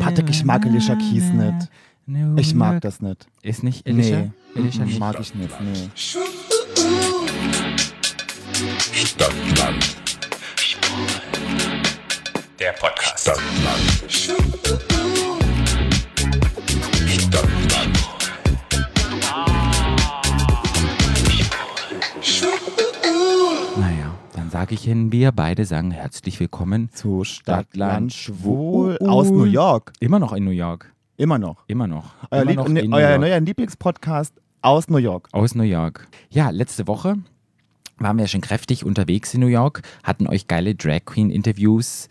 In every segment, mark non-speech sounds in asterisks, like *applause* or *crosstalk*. Patrick, ich mag Alicia Keys nicht. Ich mag das nicht. Ist nicht Alicia? Nee, Alicia Mhm, Mhm. nicht. mag ich nicht. Nee. Stadtland. Der Podcast. Stadtland. Stadtland. Naja, dann sage ich Ihnen, wir beide sagen herzlich willkommen. Zu Stadtland Stadtland Schwul Schwul. aus New York. Immer noch in New York. Immer noch. Immer noch. Euer, Immer Lieb noch ne, in New euer York. neuer Lieblingspodcast aus New York. Aus New York. Ja, letzte Woche waren wir schon kräftig unterwegs in New York, hatten euch geile Drag Queen Interviews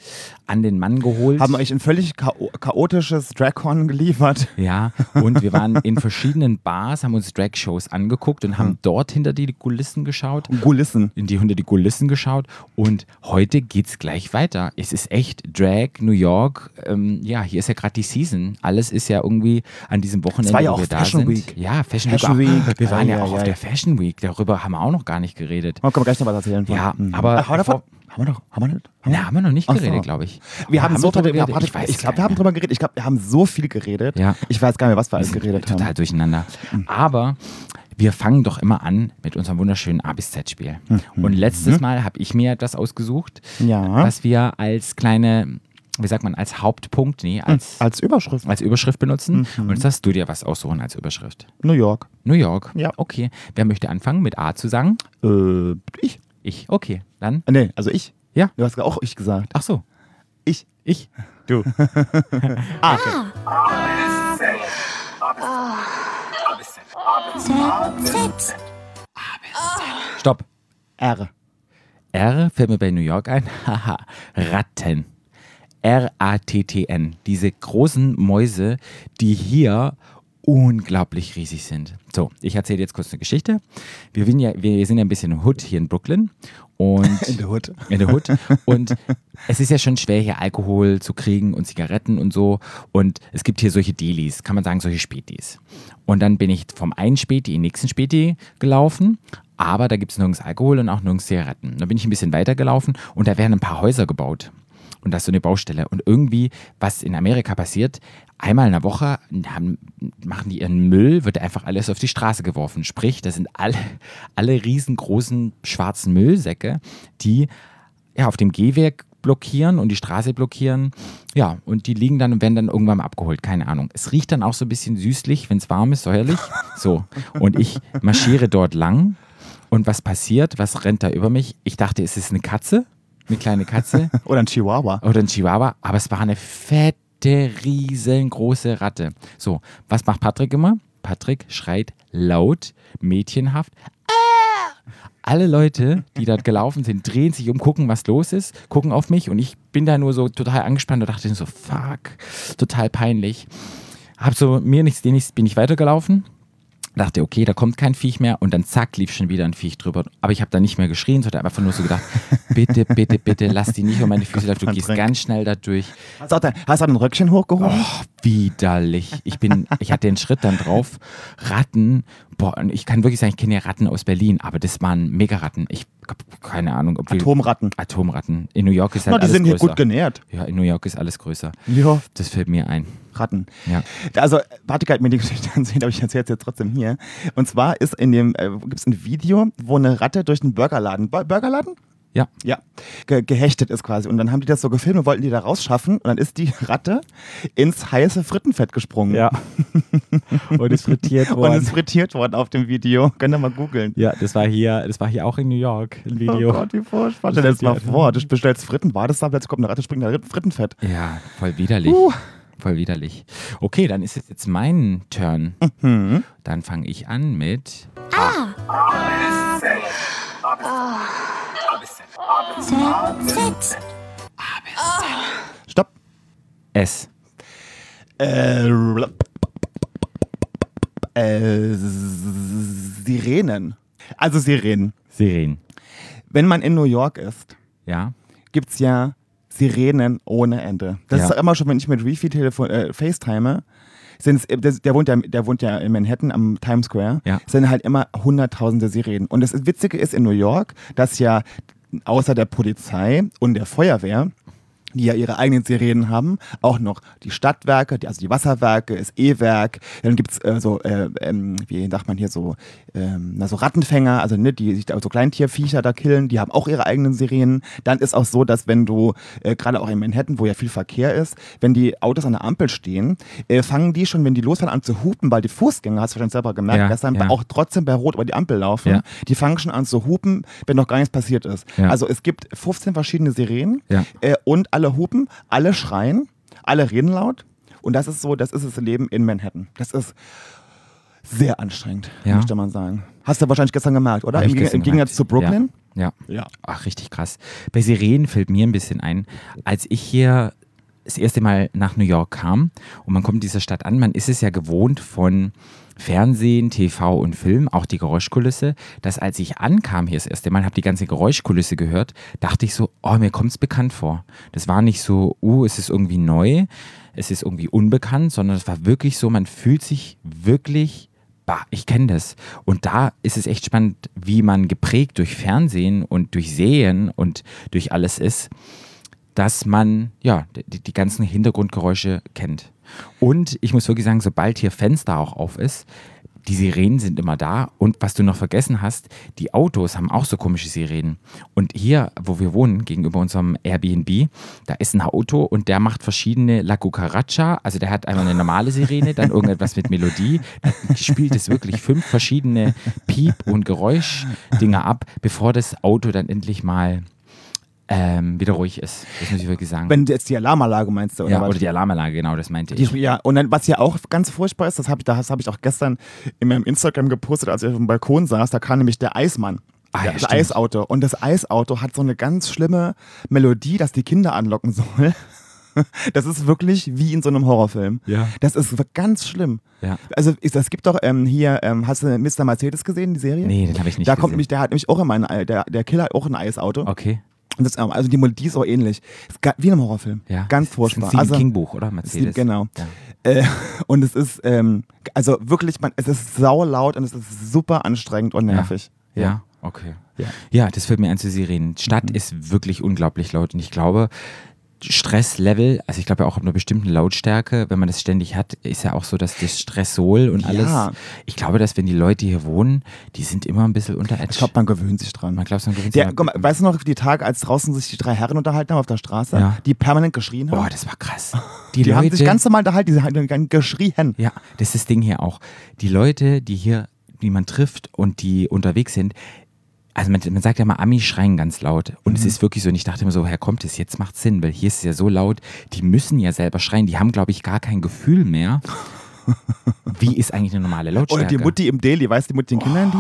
an den Mann geholt. Haben euch ein völlig chao chaotisches Dragon geliefert. *laughs* Ja, und wir waren in verschiedenen Bars, haben uns Drag-Shows angeguckt und Hm. haben dort hinter die Kulissen geschaut. Kulissen. In die hinter die Kulissen geschaut und heute geht's gleich weiter. Es ist echt Drag, New York. Ähm, ja, hier ist ja gerade die Season. Alles ist ja irgendwie an diesem Wochenende. Es war ja wo auch wir da Fashion sind. Week. Ja, Fashion, Week. Fashion Week. Wir waren ja, Ei, auch ei, Hm? auf ei. der Fashion Week. Darüber haben wir auch noch gar nicht geredet. Man kann Oh, gleich noch was erzählen. von. Ja, Mhm. aber- Ach, haben wir davon? Haben wir doch. Haben wir nicht? Haben Na, haben wir noch nicht Ach so. geredet, glaube ich. Wir haben, so drüber drüber, geredet? ich, weiß ich gar glaube, wir haben nicht. drüber geredet. Ich glaube, wir haben so viel geredet. Ja. Ich weiß gar nicht mehr, was wir alles sind geredet total haben. durcheinander. Aber wir fangen doch immer an mit unserem wunderschönen A bis Z-Spiel. Und letztes Mal habe ich mir das ausgesucht, Mhm. Ja. was wir als kleine, wie sagt man, als Hauptpunkt, nee, als, Als Überschrift. als Überschrift benutzen. Mhm. Und jetzt darfst du dir was aussuchen als Überschrift. New York. New York. Ja. Okay. Wer möchte anfangen mit A zu sagen? Äh, ich. Ich. Okay. Dann. Äh, Nee, also ich. Ja. Du hast auch ich gesagt. Ach so. Ich. Ich. Du. Stopp. R. R fällt mir bei New York ein. *laughs* Haha, Ratten. R-A-T-T-N. Diese großen Mäuse, die hier unglaublich riesig sind. So, ich erzähle jetzt kurz eine Geschichte. Wir sind ja, wir sind ja ein bisschen im Hood hier in Brooklyn. Und *laughs* In der Hood. in der Hood. Und es ist ja schon schwer, hier Alkohol zu kriegen und Zigaretten und so. Und es gibt hier solche Delis, kann man sagen, solche Spätis. Und dann bin ich vom einen Späti in den nächsten Späti gelaufen. Aber da gibt es nirgends Alkohol und auch nirgends Zigaretten. Da bin ich ein bisschen weiter gelaufen und da werden ein paar Häuser gebaut. Und da ist so eine Baustelle. Und irgendwie, was in Amerika passiert, einmal in der Woche haben, machen die ihren Müll, wird einfach alles auf die Straße geworfen. Sprich, das sind alle, *laughs* alle riesengroßen schwarzen Müllsäcke, die ja, auf dem Gehweg blockieren und die Straße blockieren. Ja, und die liegen dann und werden dann irgendwann mal abgeholt. Keine Ahnung. Es riecht dann auch so ein bisschen süßlich, wenn es warm ist, säuerlich. So. Und ich marschiere dort lang. Und was passiert? Was rennt da über mich? Ich dachte, es ist eine Katze. Eine kleine Katze Oder ein Chihuahua. oder ein Chihuahua, aber es war eine fette, riesengroße Ratte. So, was macht Patrick immer? Patrick schreit laut, mädchenhaft. "Ah!" Alle Leute, die dort gelaufen sind, drehen sich um, gucken, was los ist, gucken auf mich und ich bin da nur so total angespannt und dachte so, fuck, total peinlich. Hab so mir nichts, dir nichts, bin ich weitergelaufen dachte, okay, da kommt kein Viech mehr und dann zack, lief schon wieder ein Viech drüber. Aber ich habe da nicht mehr geschrien, sondern einfach nur so *laughs* gedacht, bitte, bitte, bitte, lass die nicht um meine Füße laufen, du gehst Frank. ganz schnell da durch. Hast du auch dein, hast du auch dein Röckchen hochgehoben? Oh, widerlich. Ich bin, ich hatte den Schritt dann drauf. Ratten, boah, und ich kann wirklich sagen, ich kenne ja Ratten aus Berlin, aber das waren Megaratten. Ich hab keine Ahnung, ob die- Atomratten. Atomratten. In New York ist halt Na, die alles sind hier größer. gut genährt. ja, in New York ist alles größer. Ja. Das fällt mir ein. Ratten. Ja. Also, Patrick hat mir die *laughs* Geschichte ansehen, aber ich erzähle es jetzt trotzdem hier. Und zwar ist in dem, äh, gibt es ein Video, wo eine Ratte durch einen Burgerladen, Bur Burgerladen? Ja. Ja, ge gehechtet ist quasi. Und dann haben die das so gefilmt und wollten die da rausschaffen. Und dann ist die *laughs* Ratte ins heiße Frittenfett gesprungen. *laughs* Und es frittiert *laughs* Und ist frittiert worden auf dem Video. Könnt ihr mal googeln. Ja, das war hier, das war hier auch in New York ein Oh Video. Gott, wie furchtbar. Das Stell dir ist das mal die- vor. Du bestellst Fritten, wartest da, plötzlich kommt eine Ratte, springt da Frittenfett. Ja, voll widerlich. Voll widerlich. Okay, dann ist es jetzt mein Turn. Mhm. Dann fange ich an mit. Stopp. S. Äh, äh, Sirenen. Also Sirenen. Sirenen. Wenn man in New York ist, Ja. gibt's ja Sirenen ohne Ende. Das Ja. ist doch immer schon, wenn ich mit Reefy telefon, äh, FaceTime, sind's, äh, das- der, wohnt ja, der wohnt ja in Manhattan am Times Square, Ja. sind halt immer hunderttausende Sirenen. Und das Witzige ist in New York, dass ja außer der Polizei und der Feuerwehr, die ja ihre eigenen Sirenen haben, auch noch die Stadtwerke, die, also die Wasserwerke, das E-Werk, dann gibt's äh, so, äh, ähm, wie sagt man hier, so, ähm, na, so Rattenfänger, also ne, die sich da so Kleintierviecher da killen, die haben auch ihre eigenen Sirenen. Dann ist auch so, dass wenn du, äh, gerade auch in Manhattan, wo ja viel Verkehr ist, wenn die Autos an der Ampel stehen, äh, fangen die schon, wenn die losfahren, an zu hupen, weil die Fußgänger, hast du wahrscheinlich selber gemerkt, Ja, dass dann ja. auch trotzdem bei Rot über die Ampel laufen, Ja. die fangen schon an zu hupen, wenn noch gar nichts passiert ist. Ja. Also es gibt 15 verschiedene Sirenen Ja. äh, und alle hupen, alle schreien, alle reden laut. Und das ist so, das ist das Leben in Manhattan. Das ist sehr anstrengend, Ja. möchte man sagen. Hast du wahrscheinlich gestern gemerkt, oder? Hab Im, ich Geg- gestern Im gemerkt. Gegensatz zu Brooklyn? Ja. ja. Ja. Ach, richtig krass. Bei Sirenen fällt mir ein bisschen ein, als ich hier das erste Mal nach New York kam und man kommt in dieser Stadt an, man ist es ja gewohnt von Fernsehen, TV und Film, auch die Geräuschkulisse, dass als ich ankam hier das erste Mal, habe die ganze Geräuschkulisse gehört, dachte ich so, oh, mir kommt es bekannt vor. Das war nicht so, uh, es ist irgendwie neu, es ist irgendwie unbekannt, sondern es war wirklich so, man fühlt sich wirklich bah, ich kenne das. Und da ist es echt spannend, wie man geprägt durch Fernsehen und durch Sehen und durch alles ist, dass man ja die, die ganzen Hintergrundgeräusche kennt. Und ich muss wirklich sagen, sobald hier Fenster auch auf ist, die Sirenen sind immer da. Und was du noch vergessen hast, die Autos haben auch so komische Sirenen. Und hier, wo wir wohnen, gegenüber unserem Airbnb, da ist ein Auto und der macht verschiedene La Cucaracha. Also der hat einmal eine normale Sirene, dann irgendetwas mit Melodie. Da spielt es wirklich fünf verschiedene Piep- und Geräuschdinger ab, bevor das Auto dann endlich mal ähm, wieder ruhig ist. Das muss ich wirklich sagen. Wenn du jetzt die Alarmanlage meinst, du, oder ja, was? oder die Alarmanlage, genau, das meinte Die, ich. ja, und dann, was ja auch ganz furchtbar ist, das habe ich, das hab ich auch gestern in meinem Instagram gepostet, als ich auf dem Balkon saß, da kam nämlich der Eismann. Ah, ja, das stimmt. Eisauto. Und das Eisauto hat so eine ganz schlimme Melodie, dass die Kinder anlocken soll. *laughs* Das ist wirklich wie in so einem Horrorfilm. Ja. Das ist ganz schlimm. Ja. Also ist, es gibt doch ähm, hier, ähm, hast du Mr. Mercedes gesehen, die Serie? Nee, den habe ich nicht Da kommt gesehen. Oh. nämlich, der hat nämlich auch immer ein, Ei- der, der Killer hat auch ein Eisauto. Okay, Und das, ähm, also die Melodie ist auch ähnlich. Ist ga- wie in einem Horrorfilm. ja. Das Ganz ist ein furchtbar. Stephen also, King-Buch, oder? Steve, Mercedes. genau. Ja. Äh, *laughs* und es ist, ähm, also wirklich, man, es ist saulaut und es ist super anstrengend und nervig. Ja, ja okay. Ja. das fällt mir ein zu Sirenen. Stadt Mhm. ist wirklich unglaublich laut und ich glaube, Stresslevel, also ich glaube ja auch ab einer bestimmten Lautstärke, wenn man das ständig hat, ist ja auch so, dass das Stressol und alles. Ja. Ich glaube, dass wenn die Leute hier wohnen, die sind immer ein bisschen unter Ich glaube, man gewöhnt sich dran. Man glaubt, man gewöhnt sich der, dran. guck mal, Weißt du noch, die Tage, als draußen sich die drei Herren unterhalten haben auf der Straße, Ja. die permanent geschrien haben? Boah, das war krass. die haben Leute- sich ganz normal unterhalten, die haben geschrien. Ja, das ist das Ding hier auch. Die Leute, die hier, die man trifft und die unterwegs sind, also man, man sagt ja mal, Amis schreien ganz laut. Und Mhm. es ist wirklich so, und ich dachte immer so, woher kommt es? Jetzt macht Sinn, weil hier ist es ja so laut, die müssen ja selber schreien, die haben, glaube ich, gar kein Gefühl *laughs* mehr. Wie ist eigentlich eine normale Lautstärke? Oder die Mutti im Daily, weißt du, die Oh. Mutti den Kindern,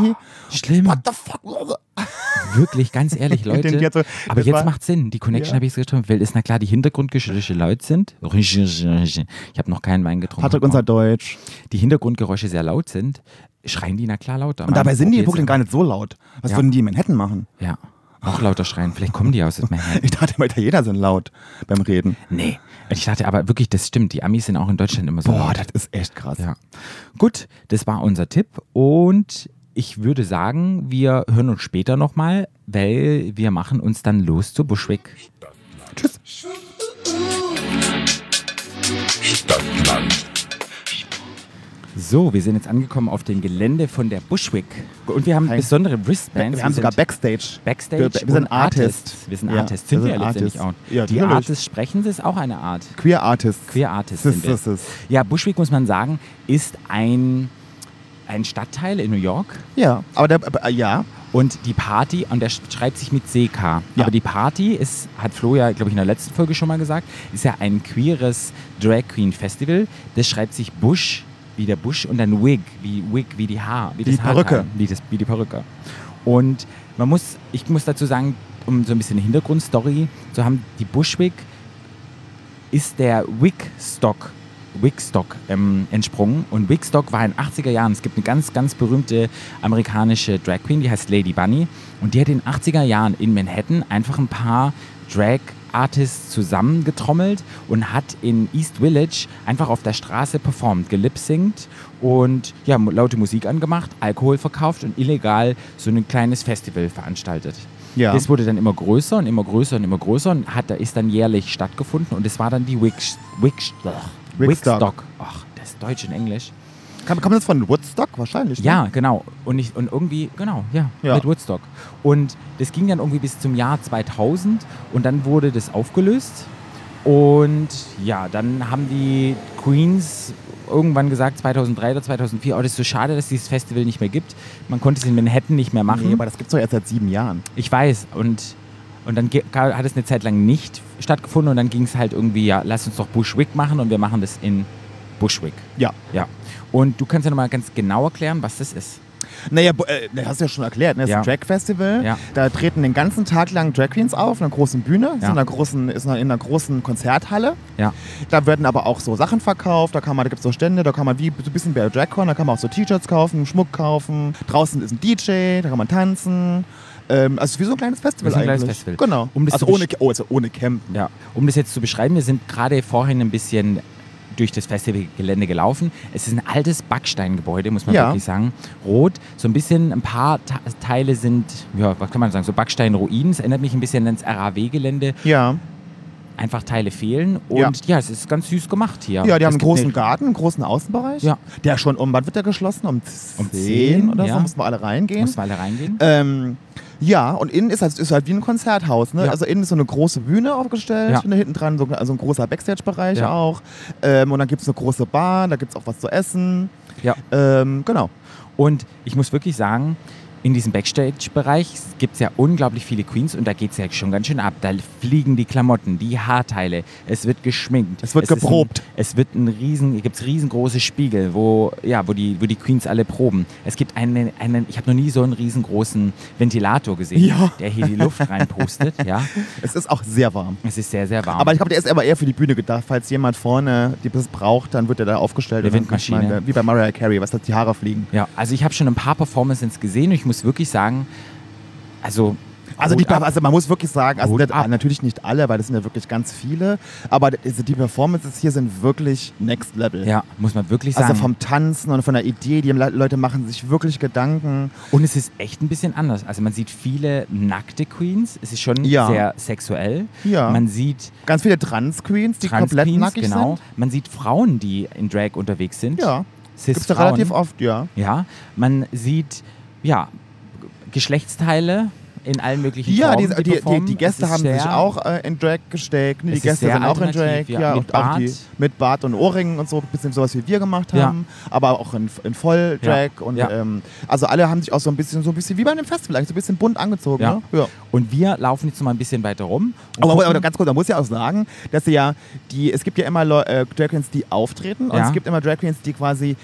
die? Schlimm, What the fuck? wirklich, *laughs* ganz ehrlich, Leute. denke jetzt so, aber das jetzt war- macht Sinn. Die Connection Ja. habe ich jetzt getroffen, weil es na klar die Hintergrundgeräusche laut sind. Ich habe noch keinen Wein getrunken. Patrick, unser Deutsch. die Hintergrundgeräusche sehr laut sind, schreien die na klar lauter. Und dabei sind die in Brooklyn gar gar nicht so laut. Was Ja. würden die in Manhattan machen? *laughs* Ja, auch lauter schreien. Vielleicht kommen die aus Manhattan. Ich dachte immer, Italiener sind laut beim Reden. Nee. Ich dachte aber wirklich, das stimmt. Die Amis sind auch in Deutschland immer so Boah, laut. das ist echt krass. Ja. Gut, das war unser Tipp und ich würde sagen, wir hören uns später nochmal, weil wir machen uns dann los zu Bushwick. Stadtland So, wir sind jetzt angekommen auf dem Gelände von der Bushwick und wir haben Hi. besondere Wristbands. Wir haben sind- sogar Backstage. Backstage. Wir, wir sind und Artists. Wir sind Ja, Artists. Sind wir, sind letztendlich auch. Artists. Ja, die natürlich. Artists sprechen, das ist auch eine Art. Queer Artists. Queer Artists Sis, sind wir. sis, sis. Ja, Bushwick, muss man sagen, ist ein, ein Stadtteil in New York. Ja, aber der, aber, äh, ja, Und die Party, und der sch- schreibt sich mit CK. Ja. Aber die Party ist, hat Flo ja, glaube ich, in der letzten Folge schon mal gesagt, ist ja ein queeres Drag Queen Festival. Das schreibt sich Bush wie der Bush und dann Wig, wie Wig, wie die Haar, wie Die das Haar Perücke. wie, das, wie die Perücke. Und man muss, ich muss dazu sagen, um so ein bisschen Hintergrundstory zu haben, die Bushwick ist der Wickstock. Wickstock ähm, entsprungen und Wickstock war in den 80er Jahren. Es gibt eine ganz, ganz berühmte amerikanische Drag Queen, die heißt Lady Bunny und die hat in den 80er Jahren in Manhattan einfach ein paar Drag Artists zusammengetrommelt und hat in East Village einfach auf der Straße performt, gelipsingt und ja, mu- laute Musik angemacht, Alkohol verkauft und illegal so ein kleines Festival veranstaltet. Ja. Das wurde dann immer größer und immer größer und immer größer und hat, da ist dann jährlich stattgefunden und es war dann die Wix, Wix, Wickstock. Wickstock. Ach, das ist Deutsch und Englisch. Kam, kam das von Woodstock wahrscheinlich? ne? Ja, genau. Und, ich, und irgendwie, genau, ja, Ja. mit Woodstock. Und das ging dann irgendwie bis zum Jahr 2000 und dann wurde das aufgelöst. Und ja, dann haben die Queens irgendwann gesagt, 2003 oder 2004, oh, das ist so schade, dass dieses Festival nicht mehr gibt. Man konnte es in Manhattan nicht mehr machen. Nee, aber das gibt es doch erst seit sieben Jahren. Ich weiß. Und, und dann ge- ga- hat es eine Zeit lang nicht stattgefunden und dann ging es halt irgendwie, ja, lass uns doch Bushwick machen und wir machen das in Bushwick. Ja. Ja. Und du kannst ja nochmal ganz genau erklären, was das ist. Naja, bo- äh, das hast du ja schon erklärt. Ne? Das Ja. ist ein Drag-Festival. Ja. Da treten den ganzen Tag lang Drag Queens auf, in einer großen Bühne, ist Ja. in, einer großen, ist in einer großen Konzerthalle. Ja. Da werden aber auch so Sachen verkauft, da, kann man- da gibt es so Stände, da kann man wie so ein bisschen bei DragCon, da kann man auch so T-Shirts kaufen, Schmuck kaufen. Draußen ist ein DJ, da kann man tanzen. Ähm, also es ist wie so ein kleines Festival Wie so ein eigentlich. kleines Festival. Genau. Um das also, zu ohne, Ca- oh, also ohne Camp. Ja, um das jetzt zu beschreiben, wir sind gerade vorhin ein bisschen durch das Festivalgelände gelaufen. Es ist ein altes Backsteingebäude, muss man Ja. wirklich sagen. Rot, so ein bisschen, ein paar Ta Teile sind, ja, was kann man sagen, so Backsteinruinen. Es erinnert mich ein bisschen ans RAW-Gelände. Ja. Einfach Teile fehlen Ja. und ja. es ist ganz süß gemacht hier. Ja, die Es haben einen gibt großen eine- Garten, einen großen Außenbereich. Ja. Der schon um, wann wird der geschlossen? Um, Um 10 oder ja. so, müssen wir alle reingehen. Muss mal da reingehen. Ähm, ja, und innen ist halt, ist halt wie ein Konzerthaus. Ne? Ja. Also innen ist so eine große Bühne aufgestellt, Ja. und da hinten dran so, also ein großer Backstage-Bereich Ja. auch. Ähm, und dann gibt es eine große Bar, da gibt es auch was zu essen. Ja. Ähm, genau. Und ich muss wirklich sagen, in diesem Backstage-Bereich gibt es ja unglaublich viele Queens und da geht es ja schon ganz schön ab. Da fliegen die Klamotten, die Haarteile, es wird geschminkt. Es wird ist geprobt. Ein, es wird ein riesen, hier gibt's riesengroße Spiegel, wo, ja, wo, die, wo die Queens alle proben. Es gibt einen, einen ich habe noch nie so einen riesengroßen Ventilator gesehen, Ja. der hier die Luft reinpustet. *laughs* ja. Es ist auch sehr warm. Es ist sehr, sehr warm. Aber ich glaube, der ist aber eher für die Bühne gedacht. Falls jemand vorne die das braucht, dann wird er da aufgestellt. Eine und dann kriegt man, Windmaschine. äh, wie bei Mariah Carey, was hat die Haare fliegen. ja, also ich habe schon ein paar Performances gesehen und ich muss wirklich sagen, also Also, Hut die, ab. also man muss wirklich sagen, also Hut nicht, ab. natürlich nicht alle, weil das sind ja wirklich ganz viele, aber die die Performances hier sind wirklich next level. ja, muss man wirklich sagen. Also vom Tanzen und von der Idee, die Le- Leute machen sich wirklich Gedanken. Und es ist echt ein bisschen anders. Also man sieht viele nackte Queens. Es ist schon Ja. sehr sexuell. Ja. Man sieht Ganz viele Trans-Queens, die Trans komplett Queens, nackig genau. sind. Man sieht Frauen, die in Drag unterwegs sind. Ja, Cis gibt's da relativ Frauen. oft, ja. Ja. Man sieht ja Geschlechtsteile in allen möglichen Ja, die, Formen. die, die, performen. die Es Gäste ist haben sich sehr- auch äh, in Drag gesteckt. Es Ne? Die ist Gäste sehr sind auch in Drag, alternativ, ja. ja. und Mit auch die Bart. mit Bart und Ohrringen und so, ein bisschen sowas wie wir gemacht Ja. haben, aber auch in, in Voll-Drag. Ja. Und Ja. ähm, also alle haben sich auch so ein bisschen, so ein bisschen wie bei einem Festival, eigentlich so ein bisschen bunt angezogen. Ja. Ne? ja. Und wir laufen jetzt noch mal ein bisschen weiter rum. und Aber, aber, gucken- aber ganz kurz, man muss ja auch sagen, dass sie ja die, es gibt ja immer Leu- äh, Drag Queens, die auftreten und Ja. es gibt immer Drag Queens, die quasi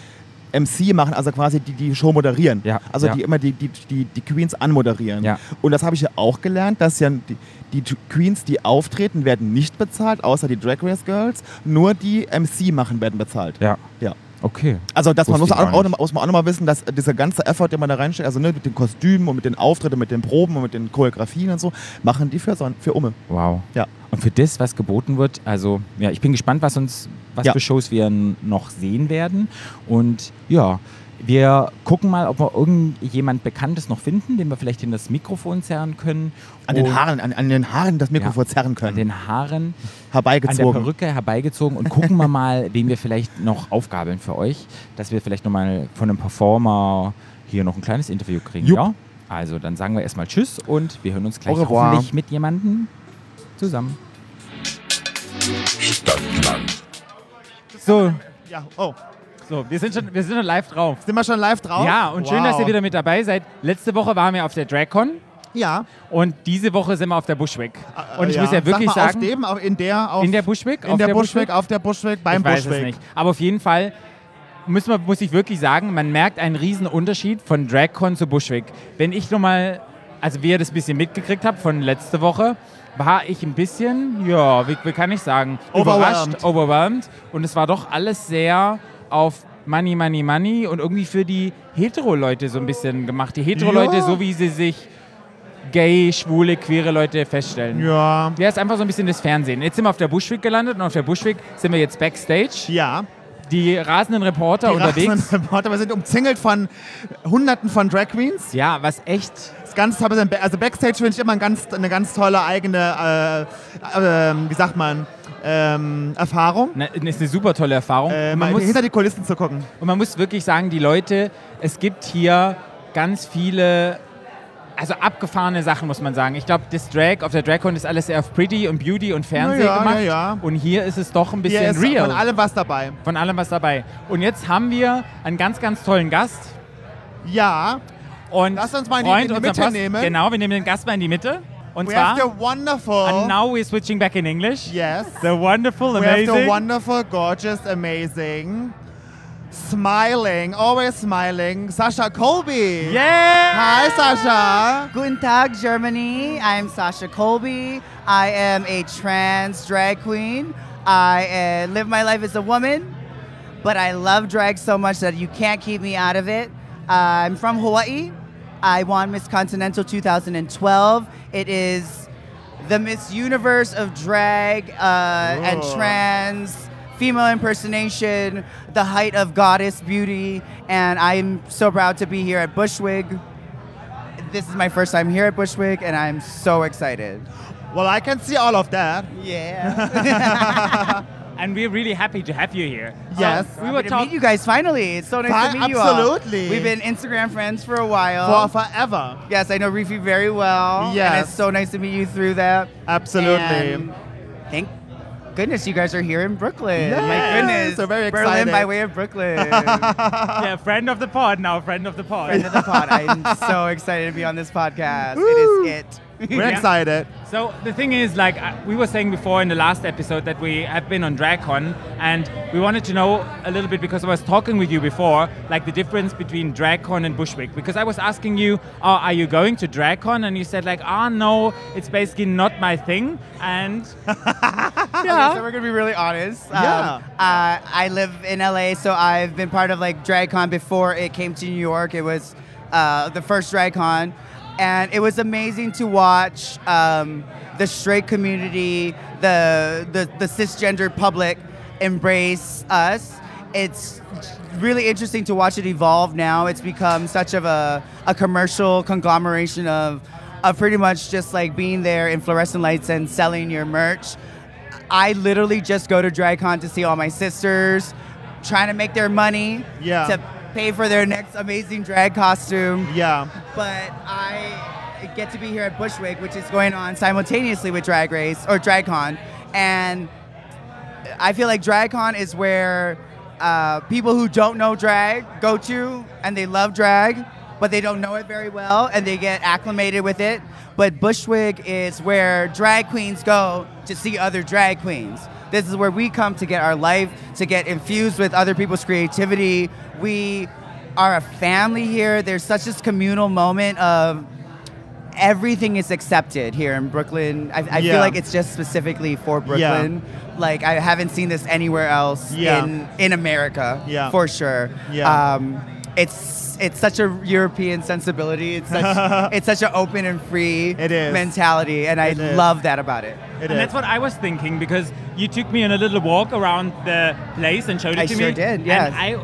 MC machen, also quasi die die Show moderieren. Ja, Also ja. die immer die, die, die, die Queens anmoderieren. Ja. Und das habe ich ja auch gelernt, dass ja die, die Queens, die auftreten, werden nicht bezahlt, außer die Drag Race Girls. Nur die MC machen, werden bezahlt. ja. Ja. Okay. Also das man muss, Wusste ich auch, gar auch, nicht. noch- muss man auch nochmal wissen, dass dieser ganze Effort, den man da reinsteckt, also ne, mit den Kostümen und mit den Auftritten, mit den Proben und mit den Choreografien und so, machen die für, Son- für Umme. Wow. Ja. Und für das, was geboten wird, also ja, ich bin gespannt, was uns, was Ja. für Shows wir n- noch sehen werden. Und ja, wir gucken mal, ob wir irgendjemand Bekanntes noch finden, den wir vielleicht in das Mikrofon zerren können. An den Oh. Und- Haaren, an, an den Haaren das Mikrofon zerren An können. den Haaren, an der Herbeigezogen. Perücke herbeigezogen und gucken *laughs* wir mal, wen wir vielleicht noch aufgabeln für euch, dass wir vielleicht nochmal von einem Performer hier noch ein kleines Interview kriegen. Jupp. Ja? Also dann sagen wir erstmal Tschüss und wir hören uns gleich Au revoir. hoffentlich mit jemandem zusammen. Stadtland So, Ja, oh. So, wir sind schon, wir sind schon live drauf. Sind wir schon live Oh, drauf? Ja, und schön, Wow. dass ihr wieder mit dabei seid. Letzte Woche waren wir auf der DragCon Ja. und diese Woche sind wir auf der Bushwick. Ah, Äh, Und ich muss ja Sag wirklich mal, sagen, Auf dem, auf, in der, auf, in der Bushwick, in der Bushwick, auf der Bushwick, beim ich weiß Bushwick. es nicht. Aber auf jeden Fall muss, man, muss ich wirklich sagen, man merkt einen riesen Unterschied von DragCon zu Bushwick. Wenn ich nochmal, also wie ihr das ein bisschen mitgekriegt habt von letzte Woche, war ich ein bisschen, ja, wie, wie kann ich sagen, Overwhelmed. überrascht, overwhelmed. Und es war doch alles sehr auf Money, Money, Money und irgendwie für die Hetero-Leute so ein bisschen gemacht. Die Hetero-Leute, Ja. so wie sie sich gay, schwule, queere Leute feststellen. Ja. Ja, ist einfach so ein bisschen das Fernsehen. Jetzt sind wir auf der Bushwick gelandet und auf der Bushwick sind wir jetzt Backstage. Ja. Die rasenden Reporter Die unterwegs. rasenden Reporter, wir sind umzingelt von Hunderten von Drag Queens. Ja, was echt Es ganz toll. Also Backstage finde ich immer ein ganz, eine ganz tolle eigene, äh, äh, wie sagt man, ähm, Erfahrung. Na, ne, ist eine super tolle Erfahrung. Äh, man mal muss, hinter die Kulissen zu gucken. und man muss wirklich sagen, die Leute, es gibt hier ganz viele, also abgefahrene Sachen, muss man sagen. Ich glaube, das Drag auf der DragCon ist alles sehr auf Pretty und Beauty und Fernsehen ja, gemacht. ja, ja. Und hier ist es doch ein bisschen Hier ist real. von allem was dabei. von allem was dabei. Und jetzt haben wir einen ganz, ganz tollen Gast. Ja, Und Lass uns mal in die- Freund in die unserem Mitte Gast- nehmen. Genau, wir nehmen den Gast mal in die Mitte. Und we zwar, have the wonderful, and now we're switching back in English. yes, The wonderful, we have the amazing. wonderful, gorgeous, amazing, smiling, always smiling, Sasha Colby. yeah! Hi, Sasha. Guten Tag, Germany. I'm Sasha Colby. I am a trans drag queen. I uh, live my life as a woman, but I love drag so much that you can't keep me out of it. Uh, I'm from Hawaii. I won Miss Continental 2012. It is the Miss Universe of drag uh, and Ooh. trans female impersonation, the height of goddess beauty, and I'm so proud to be here at Bushwig. This is my first time here at Bushwick, and I'm so excited. Well, I can see all of that. Yeah. And we're really happy to have you here. Yes. we were Happy to talking. meet you guys finally. It's so nice Fi- to meet you absolutely. all. We've been Instagram friends for a For while. forever. yes, I know Reefy very well. And Yes. it's so nice to meet you through that. Absolutely. And thank goodness you guys are here in Brooklyn. Yes, My goodness. we're very Berlin excited. by way of Brooklyn. *laughs* Friend Yeah, friend of the pod now, friend of the pod. of the pod. I'm so excited to be on this podcast. It is We're it. excited. so the thing is, like uh, we were saying before in the last episode, that we have been on DragCon, and we wanted to know a little bit because I was talking with you before, like the difference between DragCon and Bushwick. Because I was asking you, oh, are you going to DragCon? And you said like, ah, no, it's basically not my thing. And Okay, so we're gonna be really honest. Um, Yeah. uh, I live in LA, so I've been part of like DragCon before it came to New York. It was uh, the first DragCon, and it was amazing to watch um, the straight community, the the, the cisgender public embrace us. It's really interesting to watch it evolve now. It's become such of a, a commercial conglomeration of of pretty much just like being there in fluorescent lights and selling your merch. I literally just go to DragCon to see all my sisters trying to make their money Yeah. to pay for their next amazing drag costume. Yeah. But I get to be here at Bushwick, which is going on simultaneously with Drag Race or DragCon. And I feel like DragCon is where uh, people who don't know drag go to and they love drag, but they don't know it very well and they get acclimated with it. But Bushwick is where drag queens go to see other drag queens. This is where we come to get our life, to get infused with other people's creativity. We are a family here. There's such this communal moment of everything is accepted here in Brooklyn. I, I Yeah. feel like it's just specifically for Brooklyn. Like I haven't seen this anywhere else Yeah. in in America. Yeah. for sure. Yeah. Um, it's it's such a European sensibility. *laughs* It's such it's such an open and free It is. mentality, and I It is. love that about it. It and is. that's what I was thinking because you took me on a little walk around the place and showed it I to me. sure did, yes. And I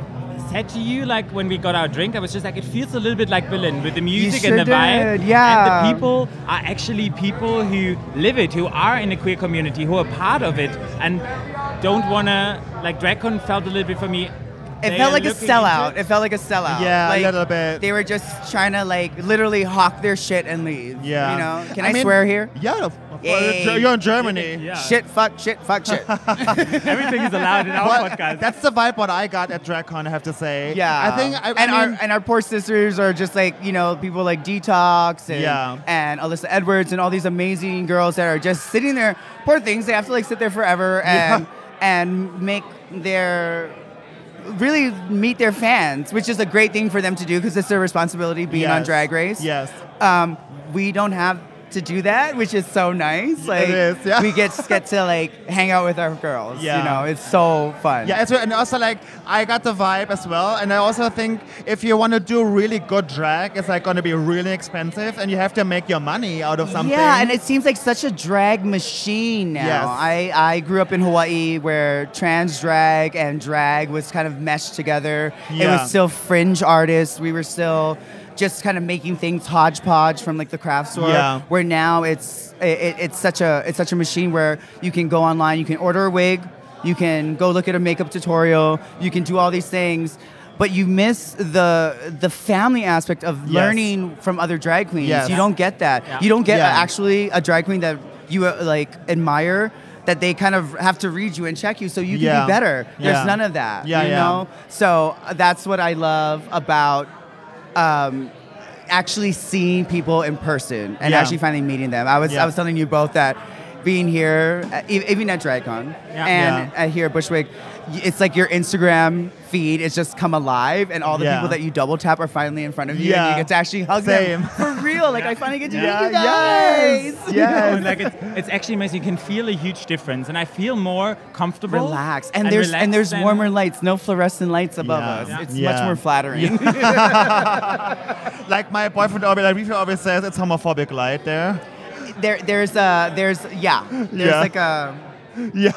said to you, like when we got our drink, I was just like, it feels a little bit like Berlin with the music sure and the vibe. did, yeah. And the people are actually people who live it, who are in the queer community, who are part of it, and don't want to, like, DragCon felt a little bit for me. It they are felt like a looking into- sellout. It felt like a sellout. Yeah, a like, little bit. They were just trying to like literally hawk their shit and leave. Yeah. You know? Can I, mean, swear here? Yeah. of- of- Yay. You're in *laughs* Germany. *laughs* Yeah. Shit, fuck, shit, fuck, shit. Everything is allowed in *laughs* our Well, podcast. That's the vibe what I got at DragCon, I have to say. Yeah, I think I, I and mean- our and our poor sisters are just like you know people like Detox and Yeah. and Alyssa Edwards and all these amazing girls that are just sitting there. Poor things, they have to like sit there forever and and make their really meet their fans, which is a great thing for them to do because it's their responsibility being on Yes. Drag Race. Yes. um, we don't have to do that, which is so nice. Like is, yeah. we get get to like hang out with our girls. Yeah. you know, it's so fun. Yeah, it's, and also like I got the vibe as well, and I also think if you want to do really good drag, it's like going to be really expensive, and you have to make your money out of something. Yeah, and it seems like such a drag machine now. Yes. I, I grew up in Hawaii where trans drag and drag was kind of meshed together. It Yeah. was still fringe artists. We were still just kind of making things hodgepodge from like the craft store. Yeah. Where now it's it, it- it's such a it's such a machine where you can go online, you can order a wig, you can go look at a makeup tutorial, you can do all these things. But you miss the the family aspect of Yes. learning from other drag queens. Yes. You don't get that. You don't get Yeah. uh, actually a drag queen that you uh, like admire that they kind of have to read you and check you so you can Yeah. be better. Yeah. There's none of that. Yeah, you yeah. know? So uh, that's what I love about um, actually seeing people in person and Yeah. actually finally meeting them. I was Yeah. I was telling you both that being here, uh, e- even at DragCon Yeah. and Yeah. uh, here at Bushwick, y- it's like your Instagram feed is just come alive, and all the Yeah. people that you double tap are finally in front of you, Yeah. and you get to actually hug Same. them for real. Like *laughs* I finally get to Yeah, meet you guys. yes, *laughs* *laughs* yes. And like it's, it's actually amazing. You can feel a huge difference, and I feel more comfortable. Relax, and, there's relaxed and there's than- warmer lights, no fluorescent lights above Yeah. us. Yeah. It's Yeah. much more flattering. Like my boyfriend always, like Rifa always says, it's homophobic light there. *laughs* *laughs* there there's a there's yeah there's Yeah. like a Yeah.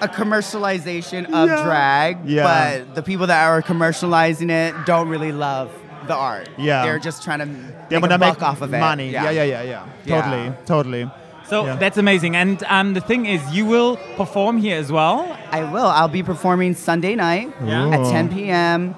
a commercialization of Yeah. drag Yeah. but the people that are commercializing it don't really love the art Yeah. they're just trying to They make wanna a buck make off of it money. Yeah, yeah, yeah, yeah. Yeah. Totally, totally. So Yeah. that's amazing. And um, the thing is, you will perform here as well. i will i'll be performing sunday night Yeah. at Ooh. 10 p.m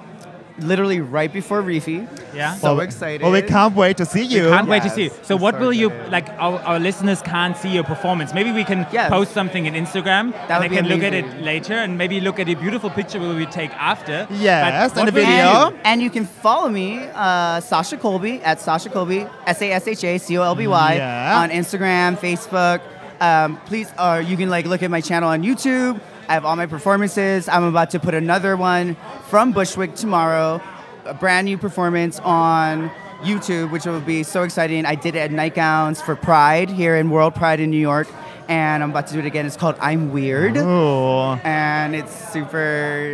literally right before reefy Yeah. so Well, excited Well, we can't wait to see you. Can't wait to Yes, see. So I'm what so will you excited. like? Our, our listeners can't see your performance. Maybe we can Yes. post something in Instagram. and would they be can look at it amazing. later and maybe look at the beautiful picture we take after. Yes, But what and a will you video. And, and you can follow me, uh, Sasha Colby at Sasha Colby, S A S H A C O L B Y, Mm, Yeah. on Instagram, Facebook. Um, please, or you can like look at my channel on YouTube. I have all my performances. I'm about to put another one from Bushwick tomorrow, a brand new performance on YouTube, which will be so exciting. I did it at Nightgowns for Pride here in World Pride in New York, and I'm about to do it again. It's called I'm Weird Ooh. and it's super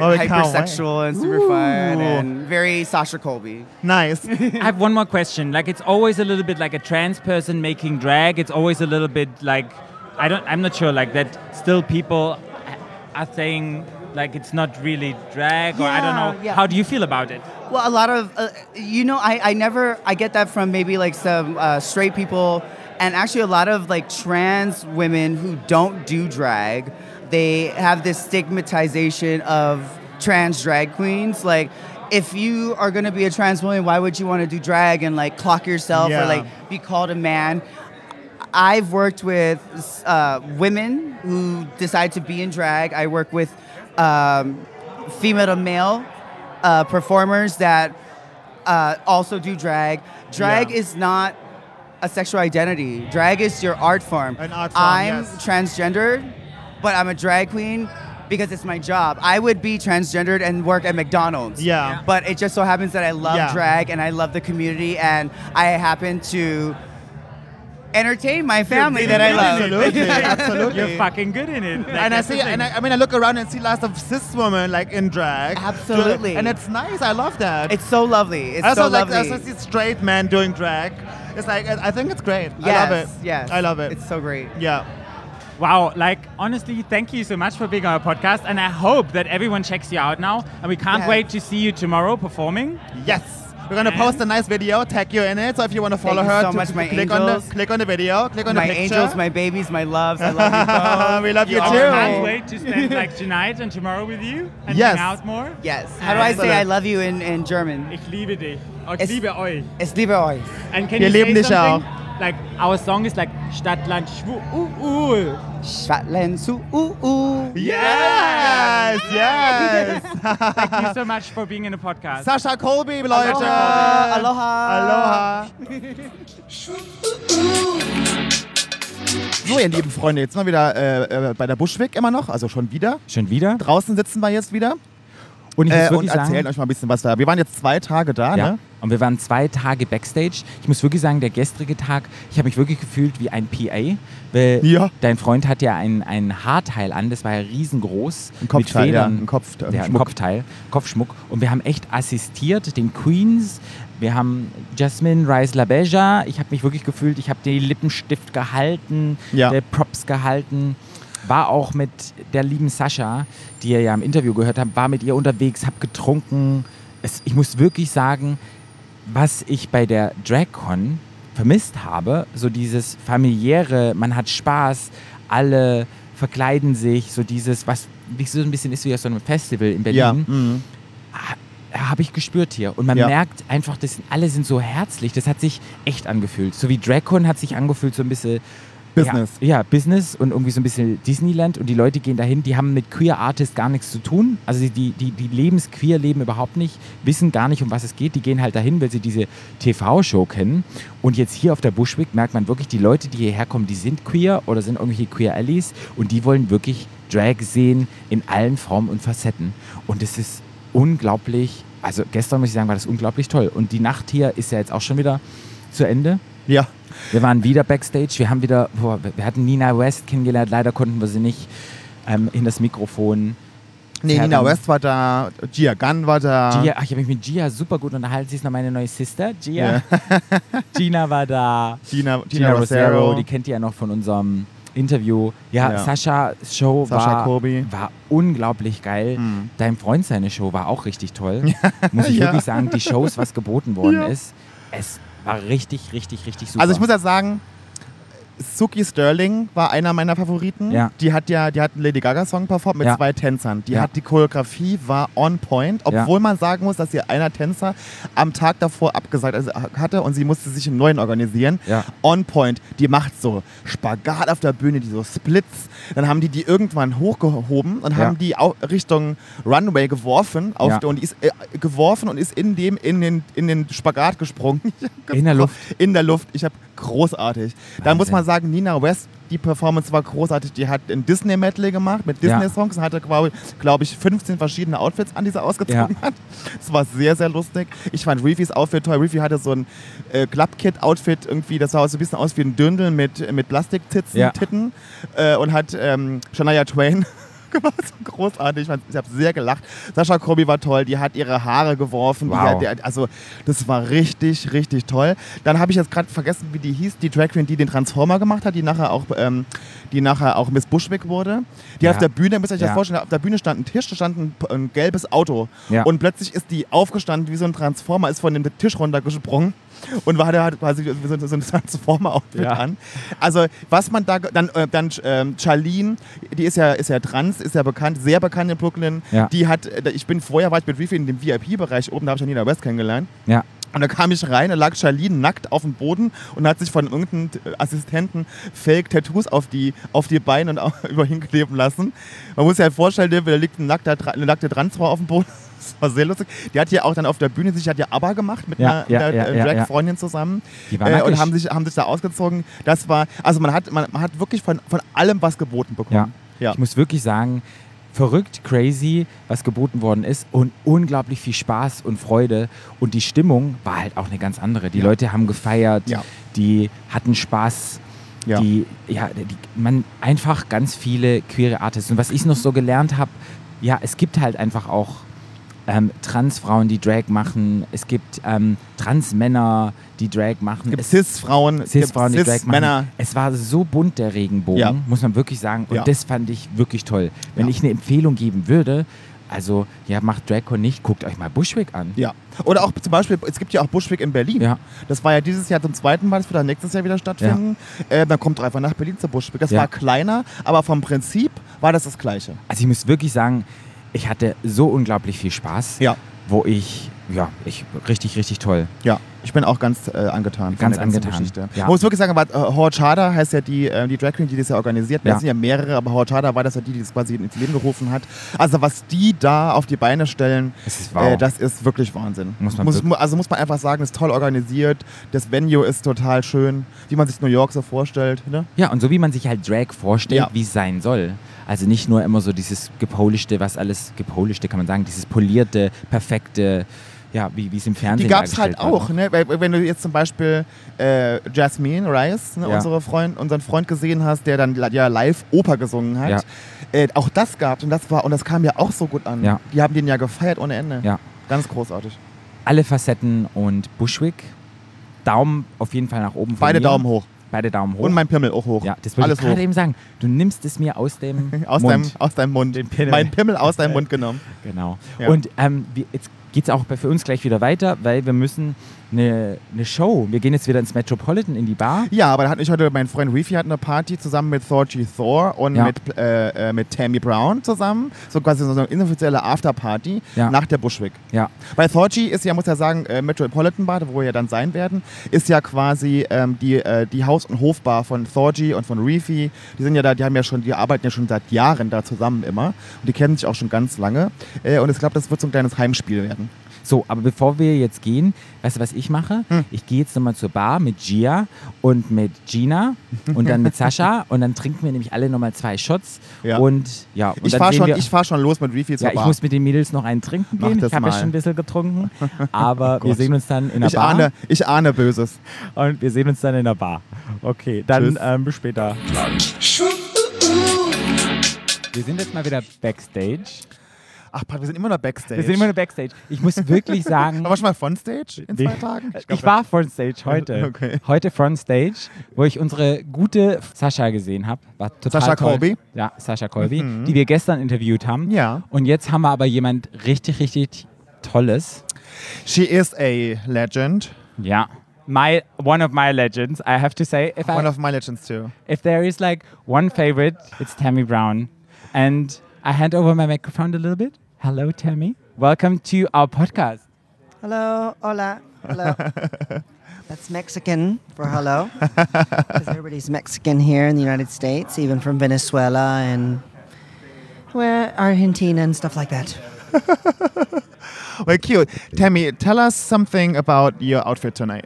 Oh, I can't wait. hypersexual and super fun Ooh. and very Sasha Colby. *laughs* Nice. I have one more question. Like it's always a little bit like a trans person making drag. It's always a little bit like I don't. I'm not sure. Like that. Still, people are saying like it's not really drag, or I Yeah, don't know. yeah. How do you feel about it? Well, a lot of uh, you know, I, I never I get that from maybe like some uh, straight people and actually a lot of like trans women who don't do drag. They have this stigmatization of trans drag queens. Like, if you are gonna be a trans woman, why would you want to do drag and like clock yourself Yeah. or like be called a man? I've worked with uh, women who decide to be in drag. I work with um, female to male uh, performers that uh, also do drag. Drag Yeah. is not a sexual identity. Drag is your art form. An art form, I'm yes. transgendered, but I'm a drag queen because it's my job. I would be transgendered and work at McDonald's. Yeah. Yeah. But it just so happens that I love Yeah. drag and I love the community and I happen to entertain my family that I love. *laughs* Absolutely, absolutely. You're fucking good in it. Like, and I that's the see, thing. and I, I mean, I look around and see lots of cis women like in drag. Absolutely. Do- And it's nice. I love that. It's so lovely. It's I also so like lovely. I also see straight men doing drag. It's like I I think it's great. I love it. Yes, Yes. I love it. It's so great. yeah. Wow, like honestly, thank you so much for being on our podcast, and I hope that everyone checks you out now. And we can't Yeah. wait to see you tomorrow performing. Yes. We're gonna post a nice video, tag you in it. So if you want to follow you her, so to- much, to my click on the angels. click on the video, click on my the picture. angels, my babies, my loves. I love you both. *laughs* we love you, You are too. Ew. Can't wait to spend like tonight and tomorrow with you and Yes. hang out more. Yes. How do I say I Excellent. love you in, in German? Ich liebe dich. Oh, Ich Es- liebe euch. Es liebe euch. And can Wir you lieben say dich something? Like our song is like Stadtland Schwu. Uh, uh. Schottland zu uh, uh. Yes, *laughs* yes. Thank you so much for being in the podcast. Sascha Colby, Leute. Aloha. Aloha. Aloha. So, ihr lieben Freunde, jetzt mal wieder äh, äh, bei der Buschwick immer noch, also schon wieder. Schon wieder. Draußen sitzen wir jetzt wieder Und ich muss äh, und wirklich sagen, erzählen euch mal ein bisschen was da. Wir waren jetzt zwei Tage da, Ja. ne? Und wir waren zwei Tage Backstage. Ich muss wirklich sagen, der gestrige Tag, ich habe mich wirklich gefühlt wie ein PA. Weil Ja. Dein Freund hat ja ein, ein Haarteil an, das war ja riesengroß. Ein Kopfteil, mit Federn. ja, ein Kopf- ja, ein Schmuck. Kopfteil, Kopfschmuck. Und wir haben echt assistiert, den Queens. Wir haben Jasmine Rice Labeja. Ich habe mich wirklich gefühlt, ich habe den Lippenstift gehalten, Ja. der Props gehalten. War auch mit der lieben Sascha, die ihr ja im Interview gehört habt, war mit ihr unterwegs, hab getrunken. Es, ich muss wirklich sagen, was ich bei der DragCon vermisst habe, so dieses familiäre, man hat Spaß, alle verkleiden sich, so dieses, was wie so ein bisschen ist wie auf so einem Festival in Berlin, Ja, mhm. habe ich gespürt hier. Und man Ja. merkt einfach, das sind, alle sind so herzlich, das hat sich echt angefühlt. So wie DragCon hat sich angefühlt, so ein bisschen Business. ja, ja, Business und irgendwie so ein bisschen Disneyland und die Leute gehen dahin, die haben mit Queer Artists gar nichts zu tun. Also die, die, die, die leben das Queer-Leben überhaupt nicht, wissen gar nicht, um was es geht. Die gehen halt dahin, weil sie diese TV-Show kennen. Und jetzt hier auf der Bushwick merkt man wirklich, die Leute, die hierher kommen, die sind queer oder sind irgendwelche queer Allies und die wollen wirklich Drag sehen in allen Formen und Facetten. Und es ist unglaublich, also gestern muss ich sagen, war das unglaublich toll. Und die Nacht hier ist ja jetzt auch schon wieder zu Ende. ja. Wir waren wieder backstage. Wir haben wieder, boah, wir hatten Nina West kennengelernt. Leider konnten wir sie nicht ähm, in das Mikrofon. Nee, Ja, Nina dann- West war da, Gia Gunn war da. Gia, ach, ich habe mich mit Gia super gut unterhalten. Sie ist noch meine neue Sister. Gia. Gina war da. Gina, Gina, *laughs* Gina Rosero. Rosero, die kennt ihr ja noch von unserem Interview. Ja, Ja. Sascha Show Sascha war, Kobi. Hm. war unglaublich geil. Dein Freund seine Show war auch richtig toll. Muss ich *laughs* Ja. wirklich sagen, die Shows, was geboten worden ist, es war richtig, richtig, richtig super. Also ich muss ja sagen, Suki Sterling war einer meiner Favoriten. Ja. Die hat ja, die hat einen Lady Gaga Song performt mit Ja. zwei Tänzern. Die Ja. hat die Choreografie war on point, obwohl man sagen muss, dass ihr einer Tänzer am Tag davor abgesagt also hatte und sie musste sich einen neuen organisieren. Ja. On point. Die macht so Spagat auf der Bühne, die so Splits. Dann haben die die irgendwann hochgehoben und Ja. haben die au- Richtung Runway geworfen auf Ja. und die ist äh, geworfen und ist in dem in den in den Spagat gesprungen. *laughs* Ich hab In der Luft. in der Luft. Ich habe großartig. Da Wahnsinn. muss man sagen, Nina West, die Performance war großartig. Die hat ein Disney-Medley gemacht mit Ja. Disney-Songs und hatte, glaube glaub ich, 15 verschiedene Outfits an, die sie ausgezogen Ja. hat. Das war sehr, sehr lustig. Ich fand Reefys Outfit toll. Reefy hatte so ein äh, Club-Kit-Outfit irgendwie. Das sah so ein bisschen aus wie ein Dündel mit, mit Plastiktitzen, Ja. Titten. Äh, und hat ähm, Shania Twain *laughs* gemacht. So großartig. Ich, fand- ich habe sehr gelacht. Sascha Kobi war toll. Die hat ihre Haare geworfen. Die Wow. hat, der- also das war richtig, richtig toll. Dann habe ich jetzt gerade vergessen, wie die hieß, die Drag Queen, die den Transformer gemacht hat, die nachher auch, ähm, die nachher auch Miss Bushwick wurde. Die Ja. auf der Bühne, müsst ihr euch Ja. das vorstellen, auf der Bühne stand ein Tisch, da stand ein, ein gelbes Auto. Ja. Und plötzlich ist die aufgestanden wie so ein Transformer, ist von dem Tisch runtergesprungen und war da halt quasi wie so, so ein Transformer-Outfit Ja. an. Also was man da, ge- dann, äh, dann ähm, Charlene, die ist ja, ist ja trans, ist ja bekannt, sehr bekannt in Brooklyn. Ja. Die hat, äh, ich bin vorher, war ich mit Reefy in dem VIP-Bereich oben, da habe ich ja Nina West kennengelernt. ja. Und da kam ich rein, da lag Charlene nackt auf dem Boden und hat sich von irgendeinem äh, Assistenten Fake-Tattoos auf die, auf die Beine und auch *laughs* über hinkleben lassen. Man muss sich halt vorstellen, da liegt ein nackter, Tra- eine nackte Transfrau auf dem Boden. *laughs* Das war sehr lustig. Die hat hier auch dann auf der Bühne, sich hat ja ABBA gemacht mit Ja, einer, ja, einer ja, äh, ja, ja. Drag-Freundin zusammen. Äh, Die war und nackig. haben sich, haben sich da ausgezogen. Das war, also man hat, man, man hat wirklich von, von allem was geboten bekommen. Ich muss wirklich sagen, verrückt, crazy, was geboten worden ist und unglaublich viel Spaß und Freude. Und die Stimmung war halt auch eine ganz andere. Die Leute haben gefeiert, Ja. die hatten Spaß. Ja. Die, ja, die, man einfach ganz viele queere Artists. Und was ich noch so gelernt habe, ja, es gibt halt einfach auch ähm, Transfrauen, die Drag machen. Es gibt ähm, Transmänner, die Drag machen. Gibt Es- Cis-Frauen, Cis-Frauen, die gibt Drag Cis-Männer. machen. Es war so bunt, der Regenbogen, Ja. muss man wirklich sagen. Und Ja. das fand ich wirklich toll. Wenn Ja. ich eine Empfehlung geben würde, also, ja, macht Dragcon nicht, guckt euch mal Bushwick an. Ja. Oder auch zum Beispiel, es gibt ja auch Bushwick in Berlin. Ja. Das war ja dieses Jahr zum zweiten Mal, das wird dann nächstes Jahr wieder stattfinden. Äh, dann kommt doch einfach nach Berlin zur Bushwick. Das Ja. war kleiner, aber vom Prinzip war das das Gleiche. Also, ich muss wirklich sagen, ich hatte so unglaublich viel Spaß, Ja. wo ich, ja, ich, richtig, richtig toll. Ja, ich bin auch ganz äh, angetan. Ganz ganzen angetan, Geschichte. ja. Man muss wirklich sagen, aber, äh, Howard Schader heißt ja die, äh, die Drag Queen, die das ja organisiert. Ja. Das sind ja mehrere, aber Howard Schader war das ja die, die das quasi ins Leben gerufen hat. Also was die da auf die Beine stellen, Es ist wow. äh, das ist wirklich Wahnsinn. Muss man wirklich- mu- also muss man einfach sagen, ist toll organisiert. Das Venue ist total schön, wie man sich New York so vorstellt. Ne? Ja, und so wie man sich halt Drag vorstellt, Ja. wie es sein soll. Also nicht nur immer so dieses gepolischte, was alles gepolischte kann man sagen, dieses polierte, perfekte, ja, wie wie es im Fernsehen Die gab es halt dargestellt wird. auch, ne? Weil, wenn du jetzt zum Beispiel äh, Jasmine Rice, ne, Ja. unsere Freund, unseren Freund gesehen hast, der dann li- ja live Oper gesungen hat, Ja. äh, auch das gab's und das war und das kam ja auch so gut an. Ja. Die haben den ja gefeiert ohne Ende. Ja. Ganz großartig. alle Facetten und Bushwick. Daumen auf jeden Fall nach oben. von Beide mir. Daumen hoch. Beide Daumen hoch. und mein Pimmel auch hoch. ja, das wollte alles ich gerade hoch. eben sagen. Du nimmst es mir aus dem *laughs* Aus Mund. deinem, aus deinem Mund. Den Pimmel. Äh. Mein Pimmel aus deinem Mund genommen. Genau. Ja. Und ähm, wir, jetzt geht es auch bei- für uns gleich wieder weiter, weil wir müssen eine, eine Show. Wir gehen jetzt wieder ins Metropolitan in die Bar. Ja, aber da hat ich heute, mein Freund Reefy hat eine Party zusammen mit Thorgy Thor und Ja. mit, äh, äh, mit Tammy Brown zusammen. So quasi so eine inoffizielle Afterparty Ja. nach der Bushwick. Ja. Weil Thorgy ist ja, muss ja sagen, äh, Metropolitan Bar, wo wir ja dann sein werden, ist ja quasi ähm, die, äh, die Haus- und Hofbar von Thorgy und von Reefy. Die sind ja da, die haben ja schon, die arbeiten ja schon seit Jahren da zusammen immer. Und die kennen sich auch schon ganz lange. Äh, und ich glaube, das wird so ein kleines Heimspiel werden. So, aber bevor wir jetzt gehen, weißt du, was ich mache? Hm. Ich gehe jetzt nochmal zur Bar mit Gia und mit Gina und dann *laughs* mit Sascha und dann trinken wir nämlich alle nochmal zwei Shots. Ja. Und ja, und Ich dann fahre sehen schon, wir, ich fahr schon los mit Reefy zur ja, ich Bar. muss mit den Mädels noch einen trinken Mach gehen. das Ich habe ja mal. Oh schon ein bisschen getrunken, *laughs* aber wir sehen uns dann in der ich, Bar. ahne, ich ahne Böses. Und wir sehen uns dann in der Bar. Okay, dann Tschüss. ähm, bis später. Wir sind jetzt mal wieder Backstage. Ach, Pat, wir sind immer noch Backstage. Wir sind immer nur Backstage. Ich muss *laughs* wirklich sagen, War schon mal Frontstage in Nee. zwei Tagen? Ich, war Frontstage heute. *laughs* Okay. Heute Frontstage, wo ich unsere gute Sascha gesehen habe. War total Sascha toll. Colby? Ja, Sascha Colby, die wir gestern interviewt haben. Ja. Und jetzt haben wir aber jemand richtig, richtig Tolles. She is a legend. Ja. My one of my legends, I have to say, if One I, of my legends too. if there is like one favorite, it's Tammy Brown. And I hand over my microphone a little bit. Hello, Tammy. Welcome to our podcast. Hello, hola, hello. That's Mexican for hello. 'Cause everybody's Mexican here in the United States, even from Venezuela and well, Argentina and stuff like that. Well, cute. Tammy, tell us something about your outfit tonight.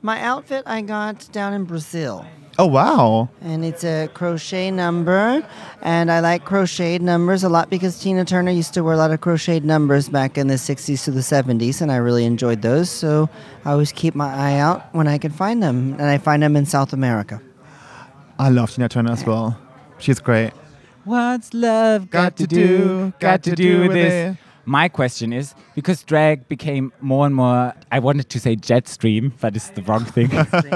My outfit I got down in Brazil, Oh, wow. and it's a crochet number, and I like crocheted numbers a lot because Tina Turner used to wear a lot of crocheted numbers back in the 60s to the 70s, and I really enjoyed those. So I always keep my eye out when I can find them, and I find them in South America. I love Tina Turner as well. She's great. What's love got, to do? Got to do with this. My question is because drag became more and more. I wanted to say jet stream, but it's the wrong thing.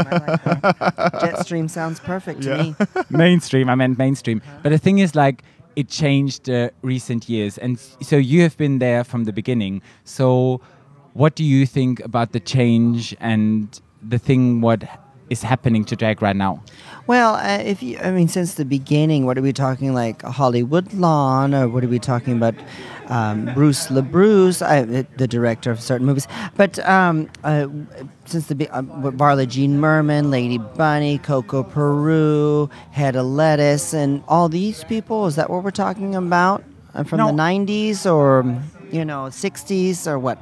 *laughs* Jetstream sounds perfect to me. *laughs* mainstream. I meant mainstream. But the thing is, like, it changed uh, recent years, and s- so you have been there from the beginning. So, what do you think about the change and the thing what is happening to drag right now? Well, uh, if you, I mean, since the beginning, what are we talking like Hollywood Lawn, or what are we talking about? Um, Bruce LeBruce, I, the- the director of certain movies, but um, uh, since the be- uh, Barla Jean Merman, Lady Bunny, Coco Peru, Hedda Lettuce, and all these people, is that what we're talking about uh, from the No. '90s or you know '60s or what?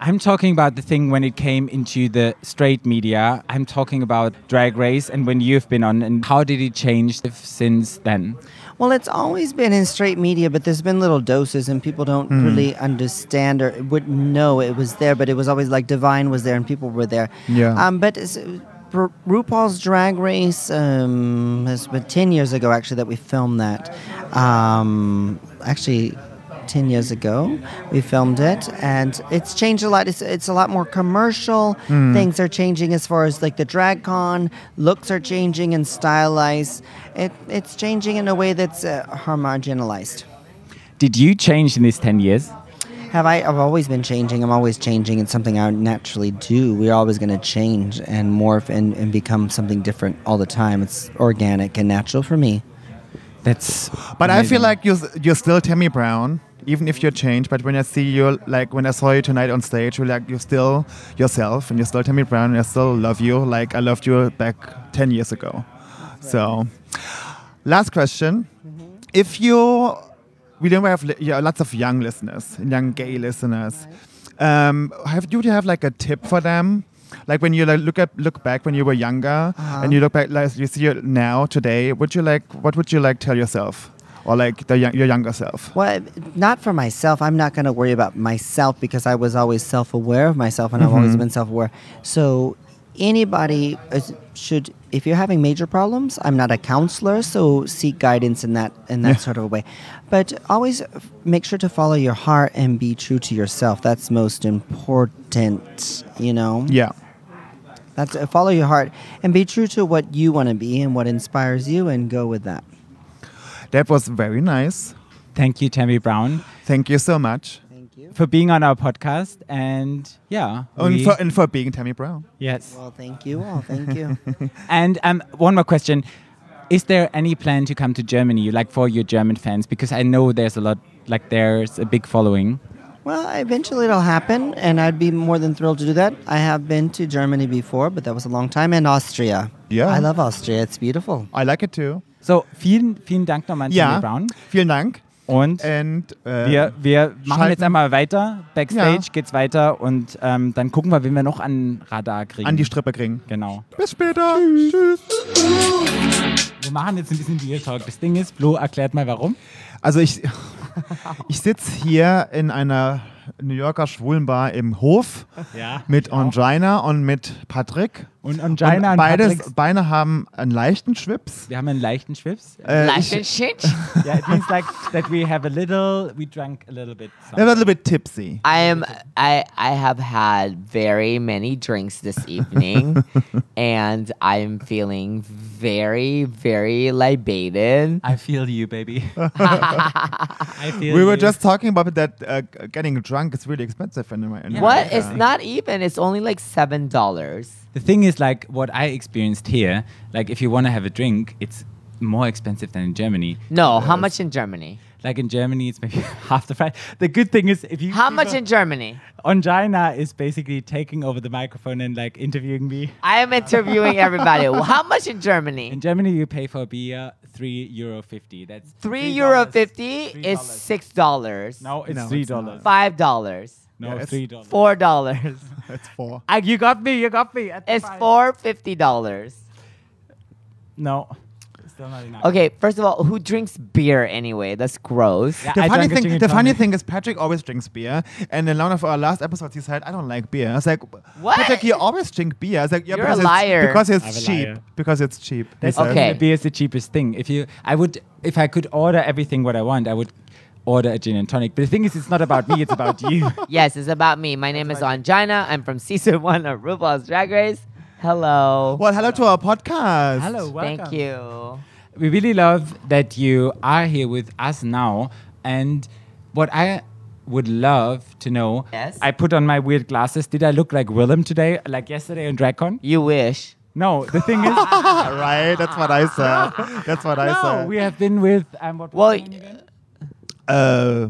I'm talking about the thing when it came into the straight media. I'm talking about Drag Race and when you've been on, and how did it change if- since then? Well, it's always been in straight media, but there's been little doses, and people don't really understand or wouldn't know it was there. But it was always like Divine was there, and people were there. Yeah. Um, but it's, Ru- RuPaul's Drag Race um, has been ten years ago, actually, that we filmed that. Um, actually. 10 years ago we filmed it and it's changed a lot it's, it's a lot more commercial things are changing as far as like the drag con looks are changing and stylized it, it's changing in a way that's uh, homogenized Did you change in these 10 years? have I? I've always been changing. I'm always changing. It's something I naturally do. We're always going to change and morph and, and become something different all the time. It's organic and natural for me. That's. But I feel amazing. like you're, you're still Tammy Brown, even if you're changed. But when I see you, like when I saw you tonight on stage, you're like, you're still yourself and you're still Tammy Brown and I still love you. Like I loved you back 10 years ago. So, last question. If you, we don't have li- yeah, lots of young listeners, young gay listeners. Um, have, do you have like a tip for them? Like when you like, look at look back when you were younger, and you look back like you see it now today. Would you like what would you like tell yourself, or like the, young- your younger self? Well, not for myself. I'm not going to worry about myself because I was always self aware of myself and I've always been self aware. So, anybody is- should, if you're having major problems, I'm not a counselor, so seek guidance in that in that sort of a way. But always f- make sure to follow your heart and be true to yourself. That's most important, you know? Yeah, That's uh, follow your heart and be true to what you want to be and what inspires you and go with that. that was very nice. Thank you, Tammy Brown. Thank you so much. Thank Thank you. for being on our podcast. And yeah. And we- for, and for being Tammy Brown. yes. Well, thank you all. Thank you. And um, one more question. Is there any plan to come to Germany, like for your German fans? Because I know there's a lot, like there's a big following. well, eventually it'll happen, and I'd be more than thrilled to do that. I have been to Germany before, but that was a long time, and Austria. Yeah. I love Austria. It's beautiful. I like it too. So vielen, vielen Dank nochmal an Ja. Tony Brown. Vielen Dank. Und And äh, wir, wir machen schalten- jetzt einmal weiter. Backstage Ja. geht's weiter und ähm, dann gucken wir, wen wir noch an Radar kriegen. an die Strippe kriegen. Genau. Bis später. Tschüss. Wir machen jetzt ein bisschen Real Talk. Das Ding ist, Flo erklärt mal warum. Also ich, ich sitze hier in einer New Yorker Schwulenbar im Hof Ja. mit Angina und mit Patrick. Und Angina und beides, Patrick- Beide haben einen leichten Schwips. Wir haben einen leichten Schwips. Äh, ich, shit. Yeah, it means like that we have a little, we drank a little bit. a little bit tipsy. I am. I I have had very many drinks this *laughs* evening, and I'm feeling very, very libated. I feel you, *laughs* baby. I feel We were you. just talking about that uh, getting drunk is really expensive in my in my- What? uh, It's not even. It's only like seven dollars. The thing is, like what I experienced here, like if you want to have a drink, it's more expensive than in Germany. No, how much in Germany? Like in Germany, it's maybe *laughs* half the price. The good thing is, if you How much *laughs* in Germany? Onjaina is basically taking over the microphone and like interviewing me. I *laughs* am interviewing everybody. How much in In Germany? Germany, you pay for a beer three euro fifty. That's Three $3. euro fifty $3. is six dollars. No, it's No, three it's not. dollars. Five dollars. No, Yeah, it's three dollars. Four *laughs* dollars. *laughs* It's four. Ah, you got me. You got me. at the It's five. four fifty dollars. No. Still not enough. Okay, first of all, who drinks beer anyway? That's gross. Yeah, The I funny drank a gin thing, and the funny tonic. thing is, Patrick always drinks beer, and in one of our last episodes, he said, "I don't like beer." I was like, What? Patrick, you always drink beer." I was like, yeah, You're a because liar." It's, because I'm a it's cheap. liar. Because it's cheap." he That's said. Okay. The beer is the cheapest thing. If you, I would, if I could order everything what I want, I would order a gin and tonic. But the thing is, it's not about me; it's about *laughs* you. Yes, it's about me. My name is Angina. I'm from season *laughs* one of RuPaul's Drag Race. Hello. Well, hello to our podcast. *laughs* Thank you. We really love that you are here with us now. And what I would love to know, Yes? I put on my weird glasses. Did I look like Willem today, like yesterday on DragCon? You wish. No. The thing *laughs* is, right? That's what I *laughs* said. That's what I no. said. We have been with um, what? Well, uh,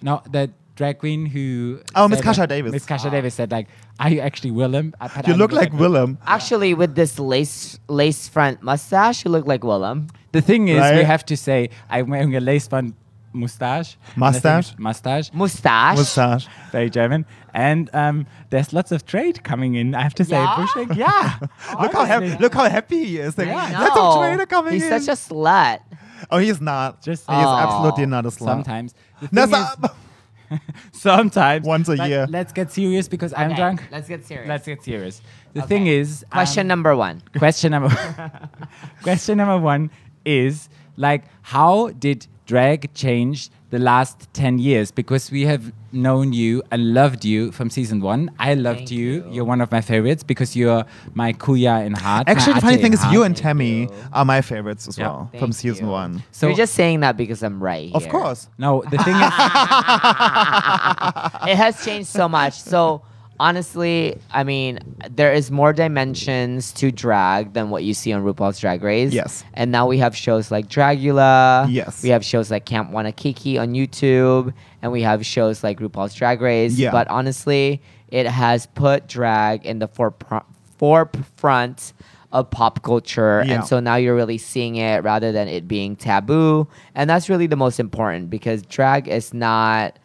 No, that drag queen who. Oh, Miss said- Kasha Davis. Miss Kasha Davis said, like, are you actually Willem? I- but you I look like Willem. actually, with this lace lace front mustache, you look like Willem. The thing is, we Right? have to say, I'm wearing a lace front mustache. And I think Mustache? it's Mustache. Mustache. Mustache. Very German. And um, there's lots of trade coming in, I have to say. Yeah? Bushwick, *laughs* yeah. Look how happy! Honestly. Look how happy he is. Like, No. That's a trader coming He's in. such a slut. oh, he's not. Just- he is Aw. absolutely not a slut. Sometimes. The No, thing so- is, *laughs* sometimes. Once a But year. Let's get serious because I'm Okay, drunk. Let's get serious. Let's get serious. The thing is. um, Question number one. *laughs* question number *laughs* question number one is like how did drag change the last 10 years because we have known you and loved you from season one i loved Thank you. you. you are one of my favorites because you're my kuya in heart my *laughs* Actually, the funny ate in thing is, heart. you and Tammy are my favorites as Yeah. well from Thank season you. one. so You're just saying that because I'm right here. Of course. no the thing is it has changed so much. So honestly, I mean, there is more dimensions to drag than what you see on RuPaul's Drag Race. Yes. And now we have shows like Dragula. Yes. We have shows like Camp Wanakiki on YouTube, and we have shows like RuPaul's Drag Race. Yeah. But honestly, it has put drag in the forepro- forefront of pop culture, Yeah. and so now you're really seeing it rather than it being taboo, and that's really the most important because drag is not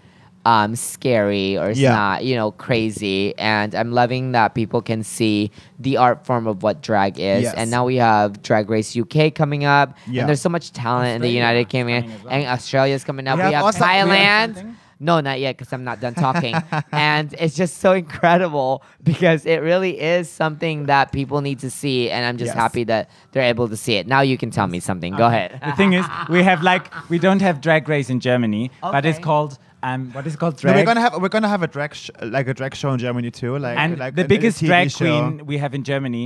um, scary or it's Yeah. not you know crazy, and I'm loving that people can see the art form of what drag is, Yes. and now we have Drag Race UK coming up, Yeah. and there's so much talent in the Australia United Kingdom, coming as well. and Australia's coming up. We have We, have also- we have Thailand. something? no, not yet, because I'm not done talking. and it's just so incredible because it really is something that people need to see, and I'm just Yes. happy that they're able to see it. Now you can tell me something. Go the Ah. ahead. thing is we have like we don't have drag race in germany but it's Okay. called um what is it called No, drag we're gonna have we're gonna have a drag sh- like a drag show in Germany too. Like and like the a- a biggest TV drag show. queen we have in germany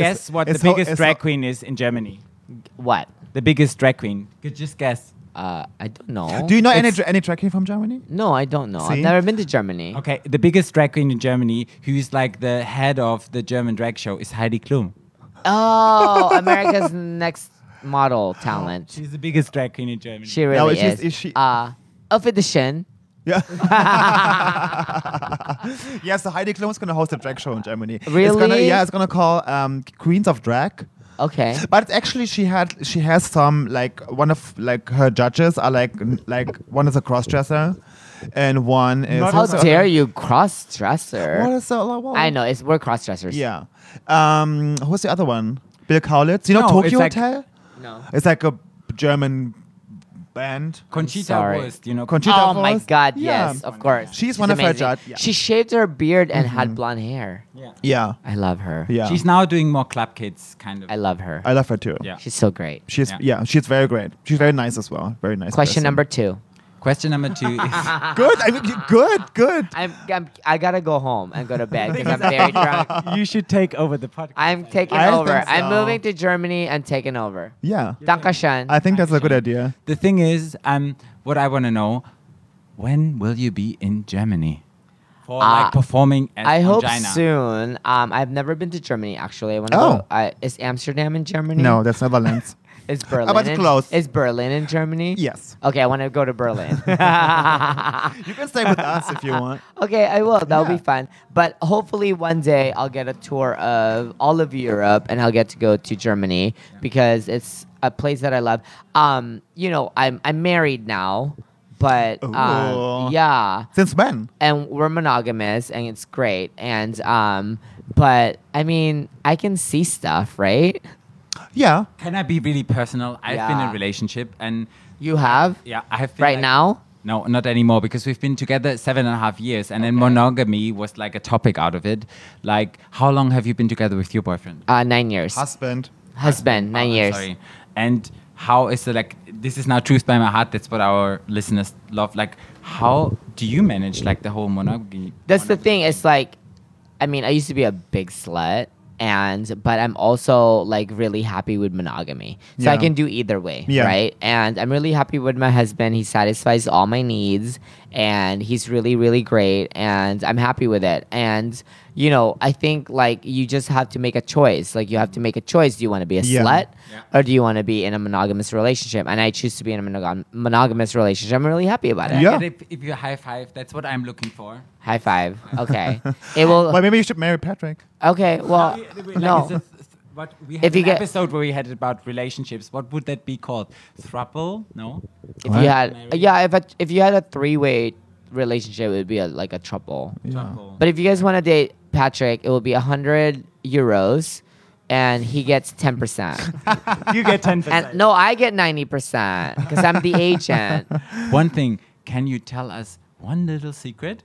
guess what the it's ho- biggest it's drag ho- queen is in germany what? The biggest drag queen. Could just guess. Uh, I don't know. Do you know any It's- dra- any drag queen from Germany? No, I don't know. See? I've never been to Germany. Okay, the biggest drag queen in Germany, who's like the head of the German drag show, is Heidi Klum. Oh, *laughs* America's Next Model talent. She's the biggest drag queen in Germany. She really she's- is. is she- Uh, of edition. Yeah. *laughs* yes, the Heidi Klum is gonna host a drag show in Germany. It's Really? gonna- yeah, it's gonna call um, Queens of Drag. Okay. But it's actually, she had she has some like one of like her judges are like n- like one is a crossdresser, and one is How dare you, cross dresser? What is the other one? I know it's we're cross dressers. Yeah. Um, who's the other one? Bill Kaulitz. You know No, it's Tokyo like- Hotel? No. It's like a German band. Conchita sorry. Wurst, you know. Conchita Oh my Wurst. God! Yeah. Yes, of course. She's one of her amazing. judge- yeah. She shaved her beard and had blonde hair. Yeah. I love her. Yeah. She's now doing more club kids, kind of. I love her. I love her too. Yeah. She's so great. She's Yeah. yeah. she's very great. She's very nice as well. Very nice. Question person. number two. Question number two is *laughs* Good. I mean, you- good. Good. I'm, I'm I gotta go home and go to *laughs* bed because I'm very drunk. you should take over the podcast. I'm taking I over. think I'm so. moving to Germany and taking over. Yeah. Dankeschön. I think that's a good idea. the thing is, um, what I want to know, when will you be in Germany? For Uh, like performing at I hope Angina. soon. Um, I've never been to Germany actually. I want to Oh. go. I, is Amsterdam in Germany? No, that's *laughs* Netherlands. Is Berlin? About in- close. Is Berlin in Germany? yes. Okay, I want to go to *laughs* Berlin. You can stay with us *laughs* if you want. Okay, I will. That'll Yeah. be fun. But hopefully one day I'll get a tour of all of Europe and I'll get to go to Germany because it's a place that I love. Um, you know, I'm I'm married now, but um, Ooh. yeah, Since when? and we're monogamous and it's great. And um, but I mean, I can see stuff, right? Yeah. Can I be really personal? I've been in Yeah. a relationship and You have yeah, I have been right like- now. No, not anymore because we've been together seven and a half years, and then monogamy was like a topic out of it. Like, how long have you been together with your boyfriend? Uh, nine years. Husband. Husband, nine Oh, I'm years. Sorry. And how is the like? This is now truth by my heart. That's what our listeners love. Like, how do you manage like the whole monogamy? That's the thing. It's like, I mean, I used to be a big slut, and but I'm also like really happy with monogamy, so I Yeah. can do either way, Yeah. right? And I'm really happy with my husband. He satisfies all my needs, and he's really, really great, and I'm happy with it. And you know, I think like you just have to make a choice. Like you have to make a choice. Do you want to be a Yeah. slut? Yeah. Or do you want to be in a monogamous relationship? And I choose to be in a monogam- monogamous relationship. I'm really happy about it. Yeah. If, if you high five, that's what I'm looking for. High five. *laughs* Okay. it will. Well, maybe you should marry Patrick. Okay, well, Uh, no. Like, is it- what we had If you an get- episode where we had about relationships. What would that be called? Thruple? No. if you had, Maybe. yeah, if a, if you had a three way relationship, it would be a, like a trouble. Thruple. But if you guys want to date Patrick, it will be hundred euros, and he gets ten percent. *laughs* you get ten and no, I get ninety percent because I'm the agent. One thing, can you tell us one little secret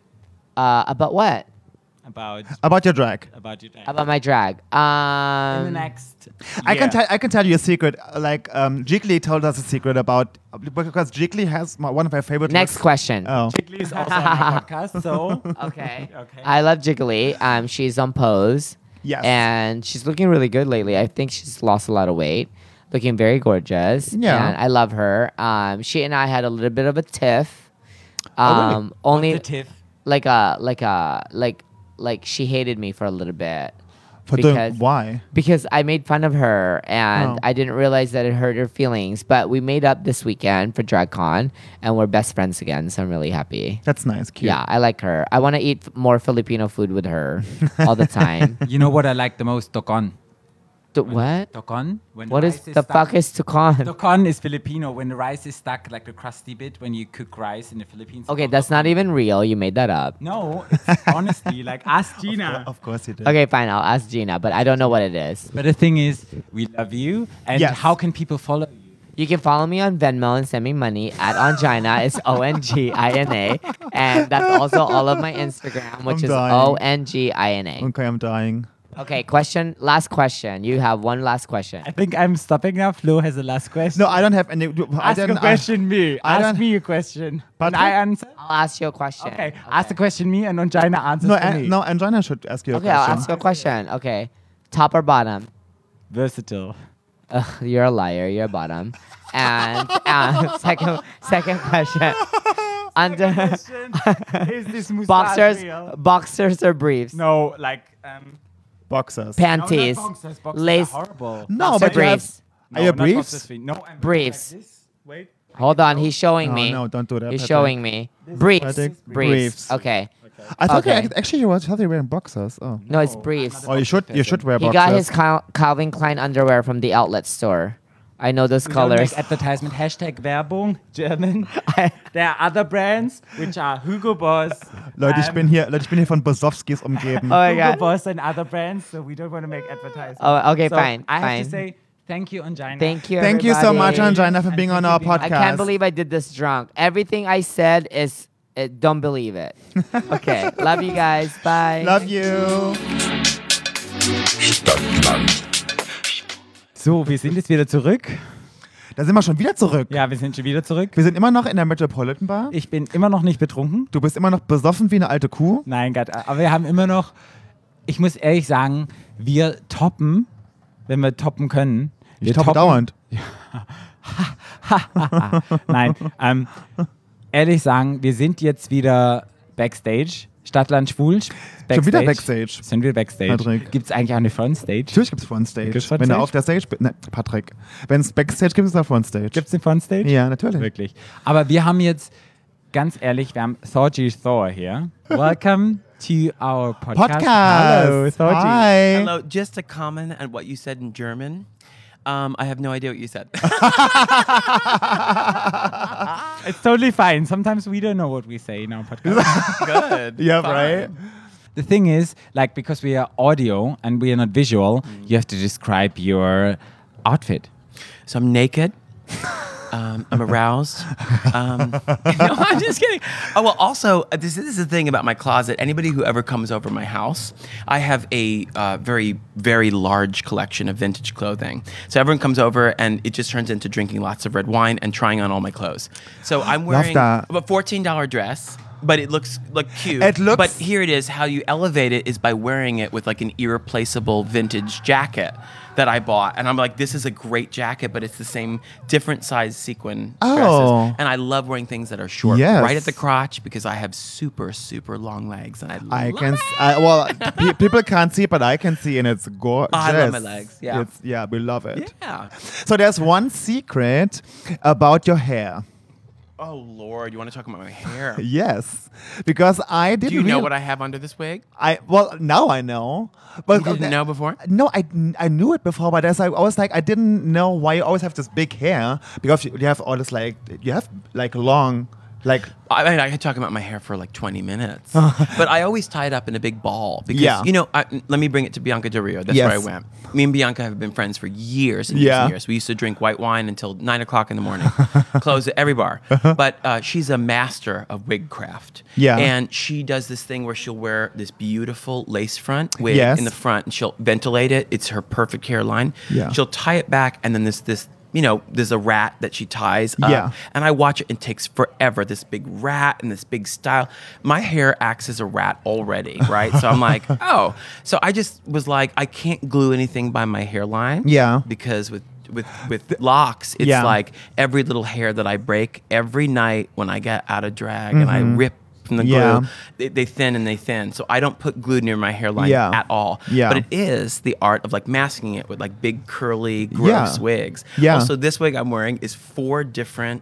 Uh, about what? *laughs* about About your drag. about your drag? About my drag. in the Um, next. I can year? tell. I can tell you a secret. uh, Like um, Jiggly told us a secret about because Jiggly has my, one of my favorite. next looks. question. Oh. Jiggly is also on *laughs* our podcast, so *laughs* Okay. Okay. I love Jiggly. Um, she's on Pose. Yes. And she's looking really good lately. I think she's lost a lot of weight, looking very gorgeous. Yeah. And I love her. Um, she and I had a little bit of a tiff. Oh, really? Um, only the tiff. like a like a like like she hated me for a little bit. For because- doing why? Because I made fun of her and Oh. I didn't realize that it hurt her feelings. But we made up this weekend for DragCon and we're best friends again. So I'm really happy. That's nice. Cute. Yeah, I like her. I want to eat f- more Filipino food with her all the time. You know what I like the most? Tokon. *laughs* The, what? Tokon. When What is rice the stuck- fuck is tukan? Tokon is Filipino. When the rice is stuck, like the crusty bit when you cook rice in the Philippines. Okay, that's not even real. You made that up. No, *laughs* it's honestly, like ask Gina. Of course you did. Okay, fine. I'll ask Gina, but I don't know what it is. But the thing is, we love you. And Yes. how can people follow you? You can follow me on Venmo and send me money at Ongina. It's O N G I N A, and that's also all of my Instagram, which I'm is dying. O N G I N A. Okay, I'm dying. Okay, question. Last question. You have one last question. I think I'm stopping now. Flo has the last question. No, I don't have any. I ask didn't, a question me. I ask don't- me a question. *laughs* and But- I answer. I'll ask you a question. Okay. Ask the question me, and Angina answers no, to An- me. no, Angina should ask you a Okay, question. I'll ask you a question. Okay, top or bottom? Versatile. *laughs* Ugh, you're a liar. You're a bottom. And uh, *laughs* second, second *laughs* question. *laughs* Under Is *laughs* this mustache boxers, real? boxers or briefs? No, like um, Boxers. no, not Panties, boxers, boxers lace, are horrible. No, boxer but you have- briefs. Are you not boxers briefs? feet. No, I'm like Briefs. this. Wait. Hold on, he's showing No, me. Oh, no, don't do that, He's Patrick. showing me. Briefs, briefs, Patrick, briefs. Okay. I thought Okay. you, actually you were, I thought you were wearing boxers. Oh. No, it's briefs. Oh, you should you should wear He boxers. got his Cal- Calvin Klein underwear from the outlet store. I know those colors. advertisement hashtag Werbung *laughs* German. There are other brands which are Hugo *laughs* Boss. Leute, ich um, bin hier, Leute, ich bin hier von Bosowskis umgeben. Oh my Hugo god. Boss and other brands, so we don't want to *laughs* make advertisements. *laughs* Oh, okay, fine, I have fine. to say thank you, Angina. Thank you. Thank you so much, everybody. Angina, for being on our podcast. I can't believe I did this drunk. Everything I said is uh, don't *laughs* believe it. Okay. Love you guys. Bye. Love you. Stadtland So, wir sind jetzt wieder zurück. Da sind wir schon wieder zurück. Ja, wir sind schon wieder zurück. Wir sind immer noch in der Metropolitan Bar. Ich bin immer noch nicht betrunken. Du bist immer noch besoffen wie eine alte Kuh. Nein, Gott, aber wir haben immer noch, ich muss ehrlich sagen, wir toppen, wenn wir toppen können. Wir Ich toppe dauernd. *laughs* Nein, ähm, ehrlich sagen, wir sind jetzt wieder Backstage. Stadtland Schwul. Sch- Backstage. wieder Backstage. Sind wir Backstage? Patrick. Gibt es eigentlich auch eine Frontstage? Natürlich gibt es Frontstage. Gibt's Wenn du Frontstage? auf der Stage bist. Ne, Patrick. Wenn es Backstage gibt, ist da Frontstage. Gibt es eine Frontstage? Ja, *laughs* natürlich. Wirklich. Aber wir haben jetzt, ganz ehrlich, wir haben Thorgy Thor hier. Welcome to our podcast. Podcast. Hallo, Thorgy. Hi. Hello, just a comment on what you said in German. Um, I have no idea what you said. *laughs* It's totally fine. Sometimes we don't know what we say in our *laughs* podcast. *laughs* Good. Yeah, Fine. right? the thing is, like, because we are audio and we are not visual, Mm. you have to describe your outfit. So I'm naked. Um, I'm aroused. Um, *laughs* no, I'm just kidding. Oh well. Also, uh, this, this is the thing about my closet. Anybody who ever comes over my house, I have a uh, very, very large collection of vintage clothing. So everyone comes over, and it just turns into drinking lots of red wine and trying on all my clothes. So I'm wearing that. a fourteen dollar dress, but it looks like cute. It looks- But here it is. How you elevate it is by wearing it with like an irreplaceable vintage jacket that I bought, and I'm like, this is a great jacket, but it's the same different size sequin Oh. dresses. And I love wearing things that are short, Yes. right at the crotch, because I have super super long legs, and I, I love can. it. s- I, well, *laughs* pe- people can't see, but I can see, and it's gorgeous. I love my legs, yeah. It's, yeah, we love it. *laughs* Yeah. So there's one secret about your hair. Oh Lord, you want to talk about *laughs* my hair? Yes, because I didn't. Do you know real- what I have under this wig? I well now I know, but You didn't know before? No, I I knew it before, but as I was like I didn't know why you always have this big hair because you, you have all this like you have like long like I mean, I could talk about my hair for like *laughs* 20 minutes, but I always tie it up in a big ball because, Yeah. you know, I, let me bring it to Bianca Del Rio. That's where I Yes. went. Me and Bianca have been friends for years and years Yeah. and years. We used to drink white wine until nine o'clock in the *laughs* morning, close at every bar. But uh, she's a master of wig craft. Uh-huh. Yeah. And she does this thing where she'll wear this beautiful lace front wig Yes. in the front and she'll ventilate it. It's her perfect hairline. Yeah. She'll tie it back and then this, this, you know, there's a rat that she ties up. Yeah. And I watch it and it takes forever. This big rat and this big style. My hair acts as a rat already, right? so *laughs* I'm like, oh. So I just was like, I can't glue anything by my hairline. Yeah. Because with with with locks, it's Yeah. like every little hair that I break every night when I get out of drag and I rip from the glue, Mm-hmm. Yeah. they, they thin and they thin. So I don't put glue near my hairline Yeah. at all. Yeah. But it is the art of like masking it with like big curly gross Yeah. wigs. Yeah. Also, this wig I'm wearing is four different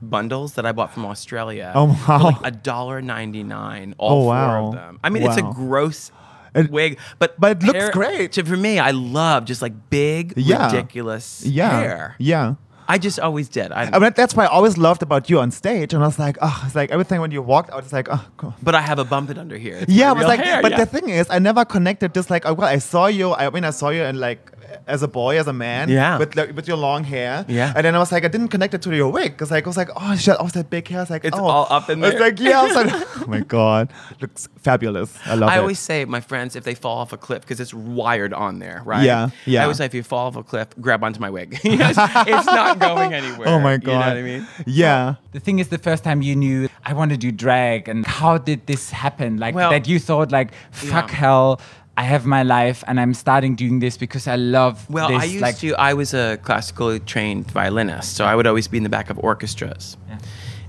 bundles that I bought from Australia. Oh, For wow. like a dollar ninety nine. Oh, All four wow. of them. I mean, it's a Wow. gross. It- wig, but but it looks great. To, for me, I love just like big, Yeah. ridiculous yeah hair. yeah. I just always did. I, I mean, that's why I always loved about you on stage, and I was like, oh, it's like everything when you walked out, it's like, oh, God. but I have a bump it under here. It's yeah. I my was real like, hair, but yeah. the thing is, I never connected this. Like, oh, well, I saw you. I mean, I saw you, and like, as a boy, as a man, Yeah. with like, with your long hair, Yeah. And then I was like, I didn't connect it to your wig because like I was like, oh shit, oh that big hair. It's like, It's oh. all up in It's there. like, yeah. I was *laughs* like, oh my god, looks fabulous. I love it. I always say, my friends, if they fall off a cliff, because it's wired on there, right? Yeah, yeah. I always say, if you fall off a cliff, grab onto my wig. *laughs* it's not going *laughs* anywhere. Oh my god. You know what I mean? Yeah. The thing is, the first time you knew I want to do drag, and how did this happen? Like Well- that you thought like, fuck Yeah. hell, I have my life and I'm starting doing this because I love Well, this. I used like, to. I was a classically trained violinist, so I would always be in the back of orchestras,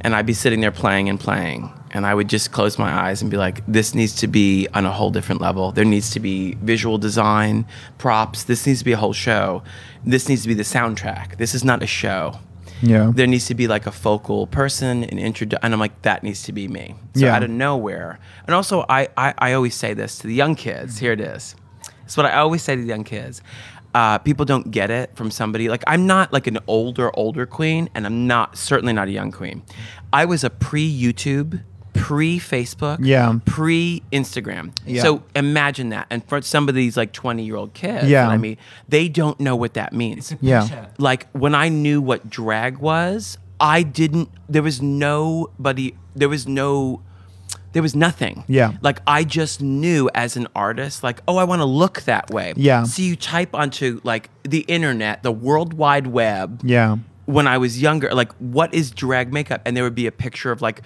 and I'd be sitting there playing and playing, and I would just close my eyes and be like, "This needs to be on a whole different level. There needs to be visual design, props. This needs to be a whole show. This needs to be the soundtrack. This is not a show. Yeah. There needs to be like a focal person, an intro, and I'm like, that needs to be me. So Yeah. out of nowhere, and also I, I I always say this to the young kids. Here it is. It's what I always say to the young kids. Uh, people don't get it from somebody like I'm not like an older older queen, and I'm not certainly not a young queen. I was a pre YouTube, pre Facebook, Yeah. pre Instagram. Yeah. So imagine that, and for some of these like 20 year old kids, Yeah. that I mean, they don't know what that means Yeah. like when I knew what drag was, I didn't. There was nobody. There was no. There was nothing. Yeah. Like I just knew as an artist, like, oh, I want to look that way. Yeah. So you type onto like the internet, the World Wide Web. Yeah. When I was younger, like, what is drag makeup? And there would be a picture of like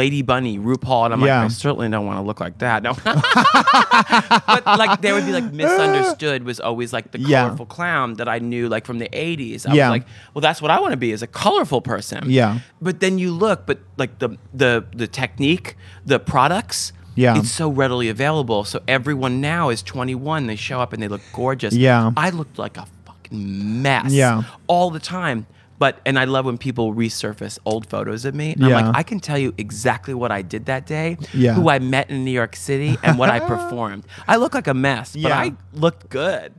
Lady Bunny, RuPaul, and I'm Yeah. like, I certainly don't want to look like that. No. *laughs* but like, there would be like misunderstood was always like the Yeah. colorful clown that I knew like from the 80s. I Yeah. was like, well, that's what I want to be is a colorful person. Yeah. But then you look, but like the the the technique, the products, Yeah. it's so readily available. So everyone now is 21. They show up and they look gorgeous. Yeah. I looked like a fucking mess. Yeah. All the time. But and I love when people resurface old photos of me. I'm Yeah. like, I can tell you exactly what I did that day, Yeah. who I met in New York City, and *laughs* what I performed. I look like a mess, but Yeah. I looked good.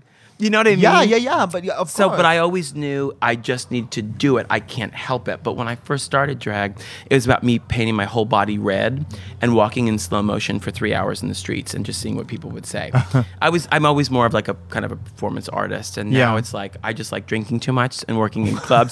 You know what I mean? Yeah, yeah, yeah. But yeah, of So, course. but I always knew I just need to do it. I can't help it. But when I first started drag, it was about me painting my whole body red and walking in slow motion for three hours in the streets and just seeing what people would *laughs* say. I was, I'm always more of like a kind of a performance artist, and now Yeah. it's like I just like drinking too much and working in *laughs* clubs.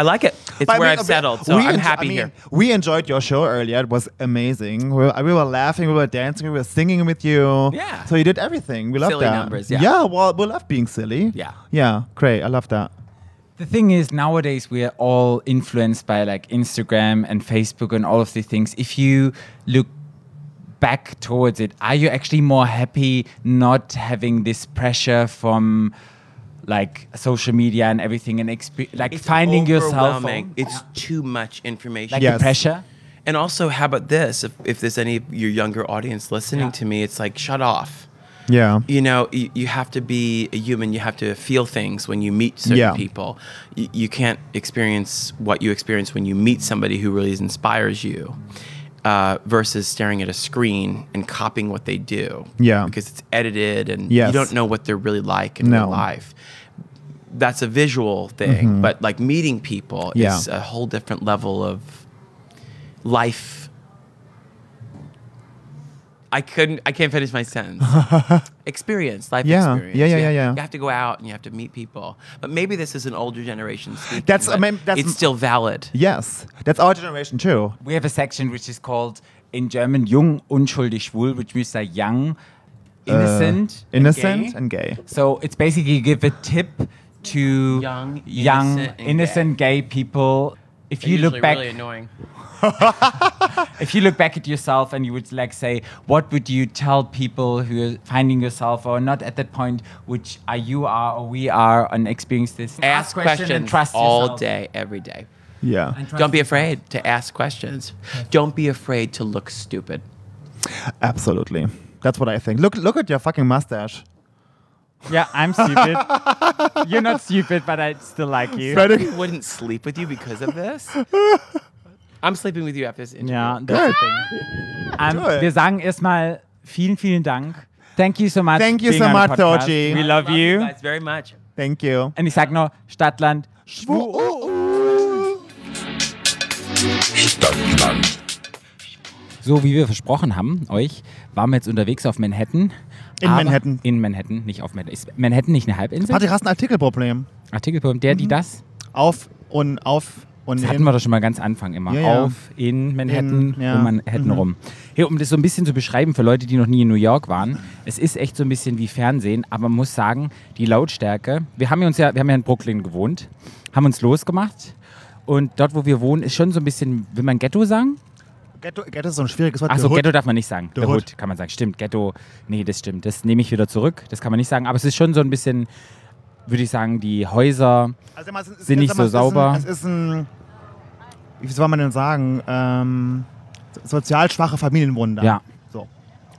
I like it. It's But I where mean, I've but settled, so we I'm enjo- happy I mean, here. We enjoyed your show earlier. It was amazing. We were, we were laughing, we were dancing, we were singing with you. Yeah. So you did everything. We love Silly that. numbers, yeah. Well, we love being silly. Yeah. Yeah. Great. I love that. the thing is nowadays we are all influenced by like instagram and facebook and all of these things if you look back towards it are you actually more happy not having this pressure from like social media and everything and exp- like finding yourself overwhelming. It's too much information. like Yes. the pressure And also, how about this? If, if there's any of your younger audience listening to me, it's like, shut off. Yeah. You know, you, you have to be a human. You have to feel things when you meet certain Yeah. people. You, you can't experience what you experience when you meet somebody who really inspires you uh, versus staring at a screen and copying what they do. Yeah. Because it's edited and Yes. you don't know what they're really like in No. Mm-hmm. real life. That's a visual thing, but like meeting people Yeah. is a whole different level of life. I couldn't. I can't finish my sentence. experience, life Yeah. experience. Yeah, yeah, You yeah, have- yeah. You have to go out and you have to meet people. But maybe this is an older generation. Speaking, That's- I but mean, that's- it's still valid. Yes. That's our generation too. we have a section which is called in german jung unschuldig schwul which means like young innocent and Uh, Innocent gay. and gay. So it's basically you give a tip to Young, young, innocent, and innocent gay. people. If you look back, annoying. if you look back at yourself and you would like say, what would you tell people who are finding yourself or not at that point, which are you are or we are and experience this? Ask question questions and trust all yourself. day, every day. Yeah. Don't be afraid to ask questions. Don't be afraid to look stupid. Absolutely. That's what I think. Look look at your fucking mustache. Yeah, I'm stupid. You're not stupid, *laughs* but I still like you. I wouldn't sleep with you because of this. I'm sleeping with you after this interview. Ja, das ist das *laughs* Ding. Cool. Ähm, wir sagen erstmal vielen, vielen Dank. Thank you so much. Thank you being so on the much, podcast. Georgie. We love you you. guys very much. Thank you. Und ich sag noch Stadtland. Stadtland So wie wir versprochen haben, euch, waren wir jetzt unterwegs auf Manhattan. In aber- Manhattan. In Manhattan, nicht auf Manhattan. Ist Manhattan nicht eine Halbinsel? Warte, Mhm. du hast ein Artikelproblem. Artikel, der, die, das? Auf und auf und Das in. hatten wir doch schon mal ganz Anfang immer. Ja, ja. Auf, in Manhattan, In, ja. Mhm. um Manhattan rum. Hier, um das so ein bisschen zu beschreiben für Leute, die noch nie in New York waren, es ist echt so ein bisschen wie Fernsehen, aber man muss sagen, die Lautstärke, wir haben ja uns ja, wir haben ja in Brooklyn gewohnt, haben uns losgemacht und dort, wo wir wohnen, ist schon so ein bisschen, will man Ghetto sagen? Ghetto, Ghetto ist so ein schwieriges Wort. Achso, The Hood. Ghetto darf man nicht sagen. The The, Hood. Hood. kann man sagen. Stimmt, Ghetto. Nee, das stimmt. Das nehme ich wieder zurück. Das kann man nicht sagen. Aber es ist schon so ein bisschen, würde ich sagen, die Häuser. Also, sag mal, es ist- Sind nicht sag so mal, es ist ein- sauber. Es ist ein, wie soll man denn sagen, ähm, so- sozial schwache Familienwunder. Ja. So.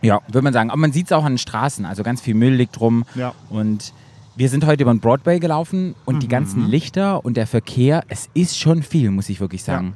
Ja, würde man sagen. Aber man sieht es auch an den Straßen. Also ganz viel Müll liegt rum. Ja. Und wir sind heute über den Broadway gelaufen und die ganzen Lichter und der Verkehr, es ist schon viel, muss ich wirklich sagen.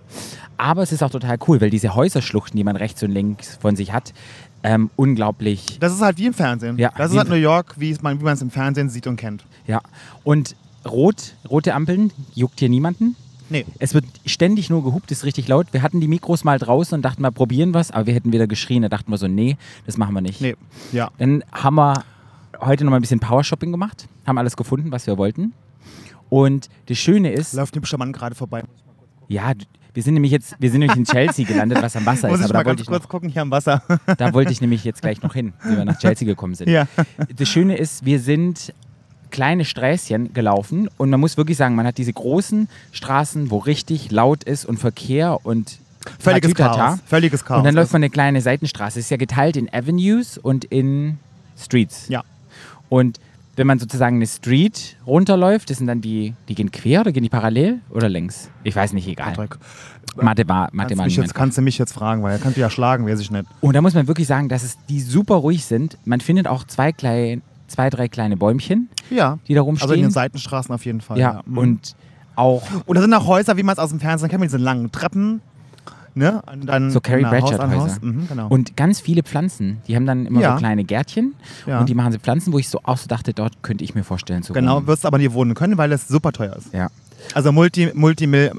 Aber es ist auch total cool, weil diese Häuserschluchten, die man rechts und links von sich hat, ähm, unglaublich Das ist halt wie im Fernsehen. Ja, das wie ist halt im- New York, wie es man wie man es im Fernsehen sieht und kennt. Ja, und rot, rote Ampeln juckt hier niemanden. Nee. Es wird ständig nur gehupt, ist richtig laut. Wir hatten die Mikros mal draußen und dachten mal, probieren was, aber wir hätten wieder geschrien. Da dachten wir so, nee, das machen wir nicht. Nee. Ja. Dann haben wir heute nochmal ein bisschen Power-Shopping gemacht, haben alles gefunden, was wir wollten. Und das Schöne ist, Läuft ein hübscher Mann gerade vorbei. ja, d- wir sind nämlich jetzt, wir sind nämlich in Chelsea gelandet, was am Wasser Muss ist, ich aber mal da wollte ganz ich, noch, kurz gucken hier am Wasser. da wollte ich nämlich jetzt gleich noch hin, wie wir nach Chelsea gekommen sind. ja. Das Schöne ist, wir sind kleine Sträßchen gelaufen und man muss wirklich sagen, man hat diese großen Straßen, wo richtig laut ist und Verkehr und *laughs* Völliges tatütata. Chaos. Völliges Chaos. Und dann läuft man eine kleine Seitenstraße. Es ist ja geteilt in Avenues und in Streets. Ja. Und wenn man sozusagen eine Street runterläuft, das sind dann die, die gehen quer oder gehen die parallel oder längs? Ich weiß nicht, egal. Patrick, Mathe war, Mathe kannst, war mich niemand. jetzt, kannst du mich jetzt fragen, weil er könnte ja schlagen, weiß ich nicht. Und da muss man wirklich sagen, dass es die super ruhig sind. Man findet auch zwei, klein, zwei drei kleine Bäumchen, Ja. die da rumstehen. Also in den Seitenstraßen auf jeden Fall. Ja, Mhm. und auch Und da sind auch Häuser, wie man es aus dem Fernsehen kennt, mit diesen langen Treppen. Ne? Und dann so Carrie na, Haus Bradshaw an Haus. Häuser. Mhm, genau. Und ganz viele Pflanzen. Die haben dann immer Ja. so kleine Gärtchen Ja. und die machen sie Pflanzen, wo ich so auch so dachte, dort könnte ich mir vorstellen zu genau, wohnen. wirst aber nie wohnen können, weil es super teuer ist. Ja. Also Multi, Multi, äh,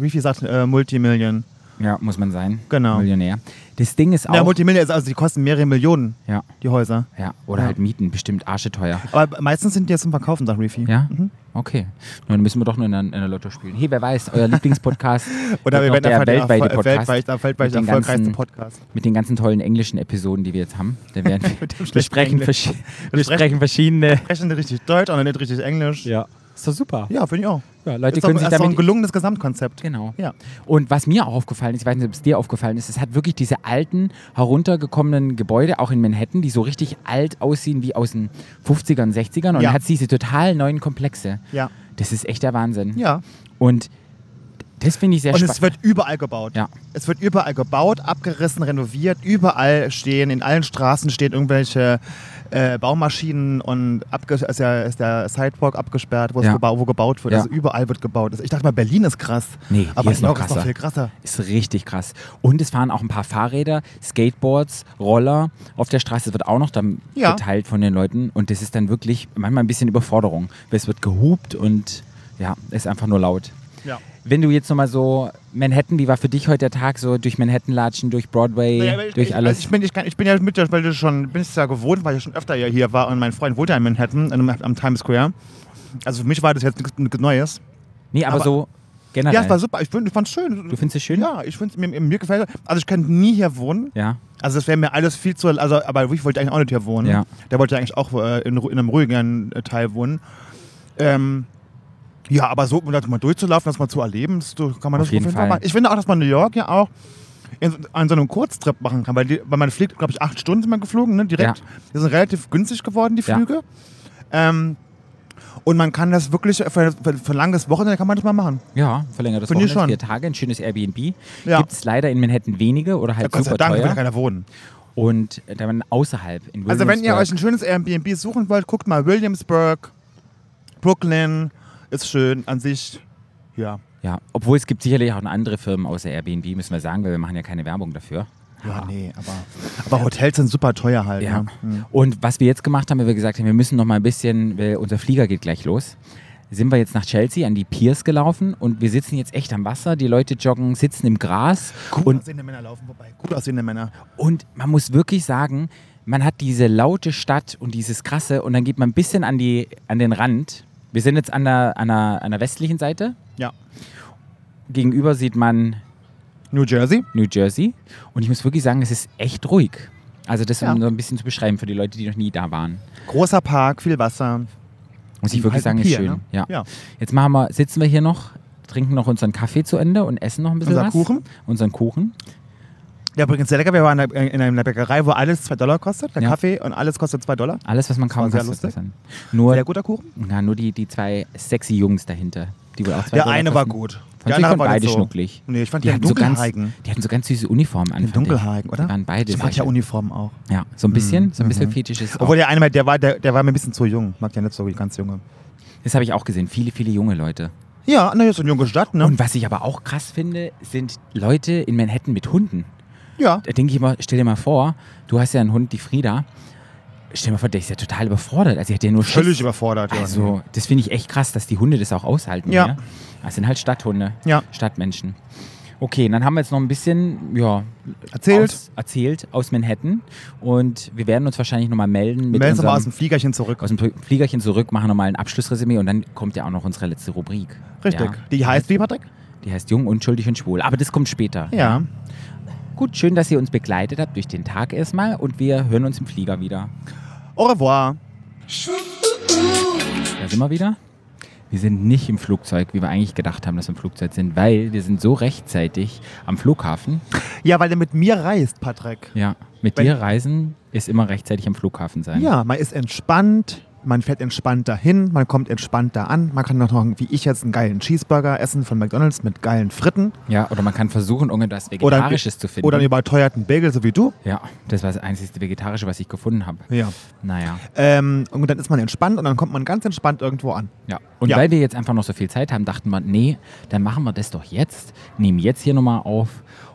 wie viel sagt äh, Multimillion? ja, muss man sein. Genau. Millionär. Das Ding ist auch. Ja, Multimillion ist also, die kosten mehrere Millionen, ja, die Häuser. ja. Oder Ja. halt Mieten, bestimmt arschteuer. Aber meistens sind die jetzt zum Verkaufen, sagt Reefy. Ja? Okay. Na, Dann müssen wir doch nur in der, in der Lotto spielen. Hey, wer weiß, euer Lieblingspodcast. *laughs* Oder wir wird noch werden der weltweite einfach der weltweit, Podcast. weltweit, weltweit mit den erfolgreichste ganzen- Podcast. mit den ganzen tollen englischen Episoden, die wir jetzt haben. Da *laughs* werden wir, wir, schlechten sprechen, Englisch. verschi- Wir wir sprechen- sprechen verschiedene. Sprechen die richtig Deutsch und nicht richtig Englisch. Ja. Ist doch super. Ja, finde ich auch. Ja, Leute ist doch, können sich ist doch ein damit- gelungenes Gesamtkonzept. Genau. Ja. Und was mir auch aufgefallen ist, ich weiß nicht, ob es dir aufgefallen ist, es hat wirklich diese alten, heruntergekommenen Gebäude, auch in Manhattan, die so richtig alt aussehen wie aus den 50ern, 60ern. Und Ja. dann hat sie diese total neuen Komplexe. Ja. Das ist echt der Wahnsinn. Ja. Und das finde ich sehr Und es spannend. wird überall gebaut. Ja. Es wird überall gebaut, abgerissen, renoviert. Überall stehen, in allen Straßen stehen irgendwelche äh, Baumaschinen und abge ist, ja, ist der Sidewalk abgesperrt, wo, es Ja. geba wo gebaut wird. Ja. Also überall wird gebaut. Also Ich dachte mal, Berlin ist krass. Nee, aber hier ist New York noch ist noch krasser. viel krasser. Ist richtig krass. Und es fahren auch ein paar Fahrräder, Skateboards, Roller auf der Straße. Das wird auch noch dann Ja. geteilt von den Leuten. Und das ist dann wirklich manchmal ein bisschen Überforderung. Weil es wird gehupt und ja, ist einfach nur laut. Ja. Wenn du jetzt nochmal so Manhattan, wie war für dich heute der Tag? So durch Manhattan latschen, durch Broadway, Naja, aber ich, durch ich, alles. Also ich, bin, ich, kann, ich bin ja mit der Spielte schon, bin es ja gewohnt, weil ich schon öfter ja hier war und mein Freund wohnt ja in Manhattan am, am Times Square. Also für mich war das jetzt nichts- nichts Neues. nee, aber, aber- so generell. Ja, es war super. Ich, find- ich fand es schön. du findest es schön? Ja, ich find's, mir, mir gefällt es. Also ich könnte nie hier wohnen. Ja. Also es wäre mir alles viel zu, also aber ich wollte eigentlich auch nicht hier wohnen. Ja. Der wollte eigentlich auch äh, in, Ru- in einem ruhigeren äh, Teil wohnen. Ähm, ja, aber so, um das mal durchzulaufen, das mal zu erleben, das, so kann man Auf das jeden Fall. machen. Ich finde auch, dass man New York ja auch in, so- an so einem Kurztrip machen kann, weil, die, weil man fliegt, glaube ich, acht Stunden sind wir geflogen, ne, direkt. Ja. Die sind relativ günstig geworden, die Ja. Flüge. Ähm, und man kann das wirklich, für, für, für ein langes Wochenende kann man das mal machen. Ja, verlängertes Finde ich Wochenende, schon. vier Tage, ein schönes Airbnb. Ja. Gibt es leider in Manhattan wenige oder halt Gott sei super Dank will teuer. keiner wohnen. Und dann außerhalb in Also wenn ihr Williamsburg. euch ein schönes Airbnb suchen wollt, guckt mal Williamsburg, Brooklyn ist schön an sich. Ja, Ja, obwohl es gibt sicherlich auch noch andere Firmen außer Airbnb, müssen wir sagen, weil wir machen ja keine Werbung dafür. ja, nee, aber, aber Hotels sind super teuer halt. Ja. Ne? Hm. Und was wir jetzt gemacht haben, weil wir gesagt haben, wir müssen noch mal ein bisschen, weil unser Flieger geht gleich los, sind wir jetzt nach Chelsea an die Piers gelaufen und wir sitzen jetzt echt am Wasser. Die Leute joggen, sitzen im Gras Gut und, aussehende Männer laufen vorbei. Gut aussehende Männer. und man muss wirklich sagen, man hat diese laute Stadt und dieses Krasse und dann geht man ein bisschen an, die, an den Rand. Wir sind jetzt an der, an, der, an der westlichen Seite. Ja. Gegenüber sieht man New Jersey. New Jersey. Und ich muss wirklich sagen, es ist echt ruhig. Also das Ja. um so ein bisschen zu beschreiben für die Leute, die noch nie da waren. Großer Park, viel Wasser. Muss ich Ein wirklich sagen, ist Pier, schön. ne? Ja. Ja. Jetzt machen wir, sitzen wir hier noch, trinken noch unseren Kaffee zu Ende und essen noch ein bisschen Unser was. Kuchen. Unseren Kuchen. Ja, übrigens, der lecker. Wir waren in einer Bäckerei, wo alles 2 Dollar kostet. Der Ja. Kaffee und alles kostet 2 Dollar. Alles, was man war kaum sehr kostet. lustig. das dann. Nur, Sehr guter Kuchen. Na, nur die, die zwei sexy Jungs dahinter. Die wohl auch zwei Der Dollar eine kosten. war gut. Fand ich, fand beide schnucklig. Nee, ich fand die den hatten so ganz, Dunkelhagen. Die hatten so ganz süße Uniformen an. fand Den ich. Dunkelhagen, oder? Die waren beide. Ich mag solche. ja Hm, Uniformen auch. Ja, so ein bisschen, so ein bisschen fetisches. Obwohl auch. der eine, mal- der war, der, der war mir ein bisschen zu jung. Mag ja nicht so ganz junge. Das habe ich auch gesehen. Viele, viele junge Leute. Ja, na, ist eine junge Stadt, ne? Und was ich aber auch krass finde, sind Leute in Manhattan mit Hunden. ja. Da denke ich immer, stell dir mal vor, du hast ja einen Hund, die Frieda. Stell dir mal vor, der ist ja total überfordert. Also, die hat ja nur Schiss. Völlig überfordert, ja. Also, das finde ich echt krass, dass die Hunde das auch aushalten. Ja. Ja. Das sind halt Stadthunde, Ja. Stadtmenschen. Okay, dann haben wir jetzt noch ein bisschen ja, Erzählt. Aus, erzählt aus Manhattan. Und wir werden uns wahrscheinlich nochmal melden. Mit Melden Sie mal aus dem unserem, Fliegerchen zurück. aus dem Pl- Fliegerchen zurück, machen nochmal ein Abschlussresümee und dann kommt ja auch noch unsere letzte Rubrik. Richtig. Ja. Die heißt wie, Patrick? Die heißt Jung, Unschuldig und Schwul. Aber das kommt später. Ja. Gut, schön, dass ihr uns begleitet habt durch den Tag erstmal und wir hören uns im Flieger wieder. Au revoir. Da sind wir wieder. Wir sind nicht im Flugzeug, wie wir eigentlich gedacht haben, dass wir im Flugzeug sind, weil wir sind so rechtzeitig am Flughafen. Ja, weil du mit mir reist, Patrick. Ja. Mit Wenn- dir reisen ist immer rechtzeitig am Flughafen sein. Ja, man ist entspannt, man fährt entspannt dahin, man kommt entspannt da an. Man kann doch noch, wie ich jetzt, einen geilen Cheeseburger essen von McDonalds mit geilen Fritten. ja oder man kann versuchen, irgendwas Oder, Vegetarisches zu finden. oder einen überteuerten Bagel, so wie du. ja, das war das einzige Vegetarische, was ich gefunden habe. Ja. Naja. Ähm, und dann ist man entspannt und dann kommt man ganz entspannt irgendwo an. Ja. Und Ja. weil wir jetzt einfach noch so viel Zeit haben, dachten wir, nee, dann machen wir das doch jetzt, nehmen jetzt hier nochmal auf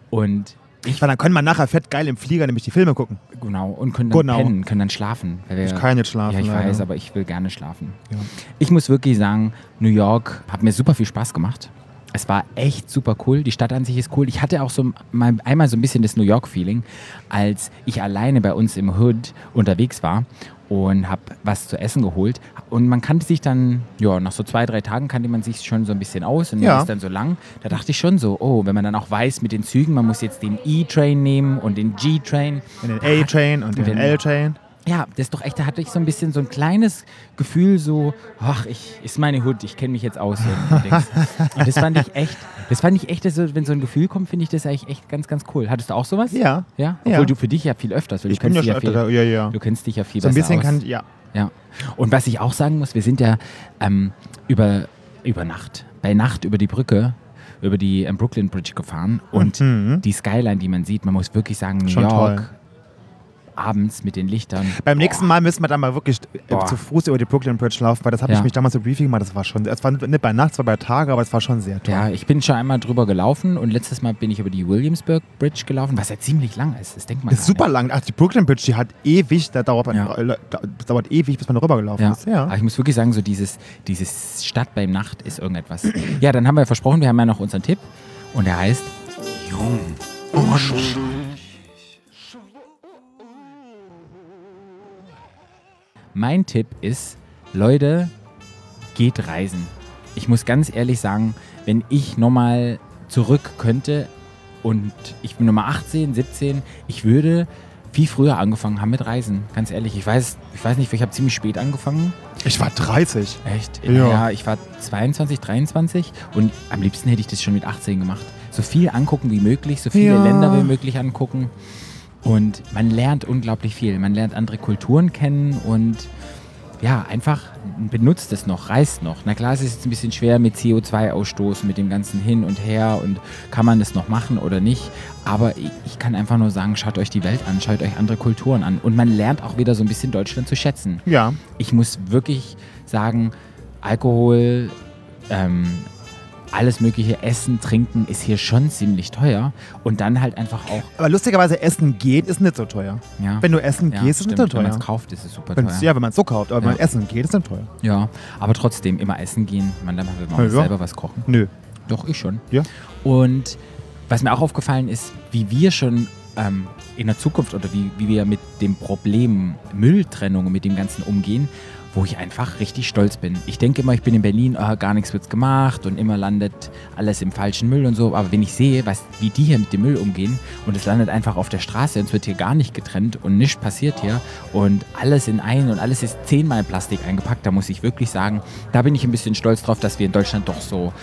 und Weil dann können wir nachher fett geil im Flieger nämlich die Filme gucken. Genau, und können dann Genau. pennen, können dann schlafen. weil wir- Ich kann nicht schlafen, Ja, ich leider. weiß, aber ich will gerne schlafen. Ja. Ich muss wirklich sagen, New York hat mir super viel Spaß gemacht. Es war echt super cool. Die Stadt an sich ist cool. Ich hatte auch so mal, einmal so ein bisschen das New York-Feeling, als ich alleine bei uns im Hood unterwegs war und habe was zu essen geholt. Und man kannte sich dann, ja, nach so zwei, drei Tagen kannte man sich schon so ein bisschen aus und man Ja. ist dann so lang. Da dachte ich schon so, oh, wenn man dann auch weiß mit den Zügen, man muss jetzt den E-Train nehmen und den G-Train. In den A-Train und in den Wenn- L-Train. Ja, das ist doch echt, da hatte ich so ein bisschen so ein kleines Gefühl, so, ach, ich ist meine Hut, ich kenne mich jetzt aus. so und *laughs* Dings. Und das fand ich echt, das fand ich echt, dass so, wenn so ein Gefühl kommt, finde ich das eigentlich echt ganz, ganz cool. Hattest du auch sowas? Ja. Ja? Ja. Obwohl du für dich ja viel öfters, weil du Ich bin ja kennst schon dich öfter da. viel, Ja, ja. Du kennst dich ja viel So ein besser bisschen aus. kann, ja. Ja. Und was ich auch sagen muss, wir sind ja ähm, über, über Nacht, bei Nacht über die Brücke, über die ähm, Brooklyn Bridge gefahren und die Skyline, die man sieht, man muss wirklich sagen, New Mhm. Schon York, toll. abends mit den Lichtern. Beim nächsten Mal müssen wir dann mal wirklich äh, Boah. zu Fuß über die Brooklyn Bridge laufen, weil das habe ich Ja. mich damals im Briefing gemacht. Das war schon, es war nicht bei Nacht, es war bei Tage, aber es war schon sehr toll. Ja, ich bin schon einmal drüber gelaufen und letztes Mal bin ich über die Williamsburg Bridge gelaufen, was ja ziemlich lang ist. Das denkt man. Das ist gar super nicht. lang. Ach, die Brooklyn Bridge, die hat ewig, da dauert, man, Ja. äh, da, das dauert ewig, bis man rübergelaufen Ja. ist. Ja. Aber ich muss wirklich sagen, so dieses, dieses Stadt beim Nacht ist irgendetwas. ja, dann haben wir ja versprochen, wir haben ja noch unseren Tipp und der heißt Mein Tipp ist, Leute, geht reisen. Ich muss ganz ehrlich sagen, wenn ich nochmal zurück könnte und ich bin Nummer 18, 17, ich würde viel früher angefangen haben mit Reisen. Ganz ehrlich, ich weiß, ich weiß nicht, ich habe ziemlich spät angefangen. Ich war 30. Echt? Ja. Ja. ja, ich war 22, 23 und am liebsten hätte ich das schon mit 18 gemacht. So viel angucken wie möglich, so viele Ja. Länder wie möglich angucken. Und man lernt unglaublich viel. Man lernt andere Kulturen kennen und ja, einfach benutzt es noch, reist noch. Na klar, es ist jetzt ein bisschen schwer mit CO2-Ausstoß, mit dem ganzen Hin und Her und kann man das noch machen oder nicht. Aber ich, ich kann einfach nur sagen, schaut euch die Welt an, schaut euch andere Kulturen an. Und man lernt auch wieder so ein bisschen Deutschland zu schätzen Ja. ich muss wirklich sagen, Alkohol, ähm, alles mögliche Essen, Trinken ist hier schon ziemlich teuer. Und dann halt einfach auch, Aber lustigerweise, Essen geht, ist nicht so teuer. ja. Wenn du essen ja, gehst, ist es stimmt, nicht so Wenn man teuer. es kauft, ist es super teuer. Wenn's- Ja, wenn man es so kauft, aber wenn Ja. man essen geht, ist es nicht teuer. ja, aber trotzdem immer essen gehen. Man dann will man auch Ja. selber was kochen. Nö. Doch, ich schon. Ja. Und was mir auch aufgefallen ist, wie wir schon ähm, in der Zukunft oder wie, wie wir mit dem Problem Mülltrennung und mit dem Ganzen umgehen, wo ich einfach richtig stolz bin. Ich denke immer, ich bin in Berlin, ah, gar nichts wird gemacht und immer landet alles im falschen Müll und so. Aber wenn ich sehe, was, wie die hier mit dem Müll umgehen und es landet einfach auf der Straße und es wird hier gar nicht getrennt und nichts passiert hier und alles in ein und alles ist zehnmal in Plastik eingepackt, da muss ich wirklich sagen, da bin ich ein bisschen stolz drauf, dass wir in Deutschland doch so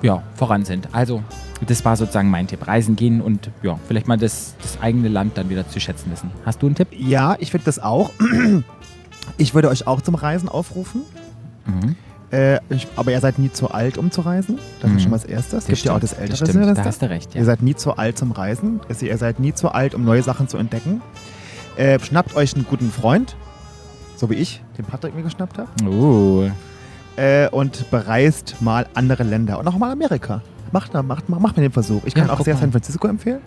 ja, voran sind. Also Das war sozusagen mein Tipp. Reisen gehen und ja, vielleicht mal das, das eigene Land dann wieder zu schätzen wissen. Hast du einen Tipp? Ja, ich finde das auch. *clears throat* Ich würde euch auch zum Reisen aufrufen. Mhm. Äh, ich, aber ihr seid nie zu alt, um zu reisen. Das ist schon mal das Erste. Es gibt ja auch das stimmt, ältere Mhm. das stimmt. Da Silvester. hast du recht, ja. Ihr seid nie zu alt zum Reisen. Es- Ihr seid nie zu alt, um neue Sachen zu entdecken. Äh, schnappt euch einen guten Freund, so wie ich, den Patrick mir geschnappt habe, Uh, äh, und bereist mal andere Länder und auch mal Amerika. Macht, da- macht, mal- macht mal den Versuch. Ich kann Ja, auch guck sehr mal. San Francisco empfehlen.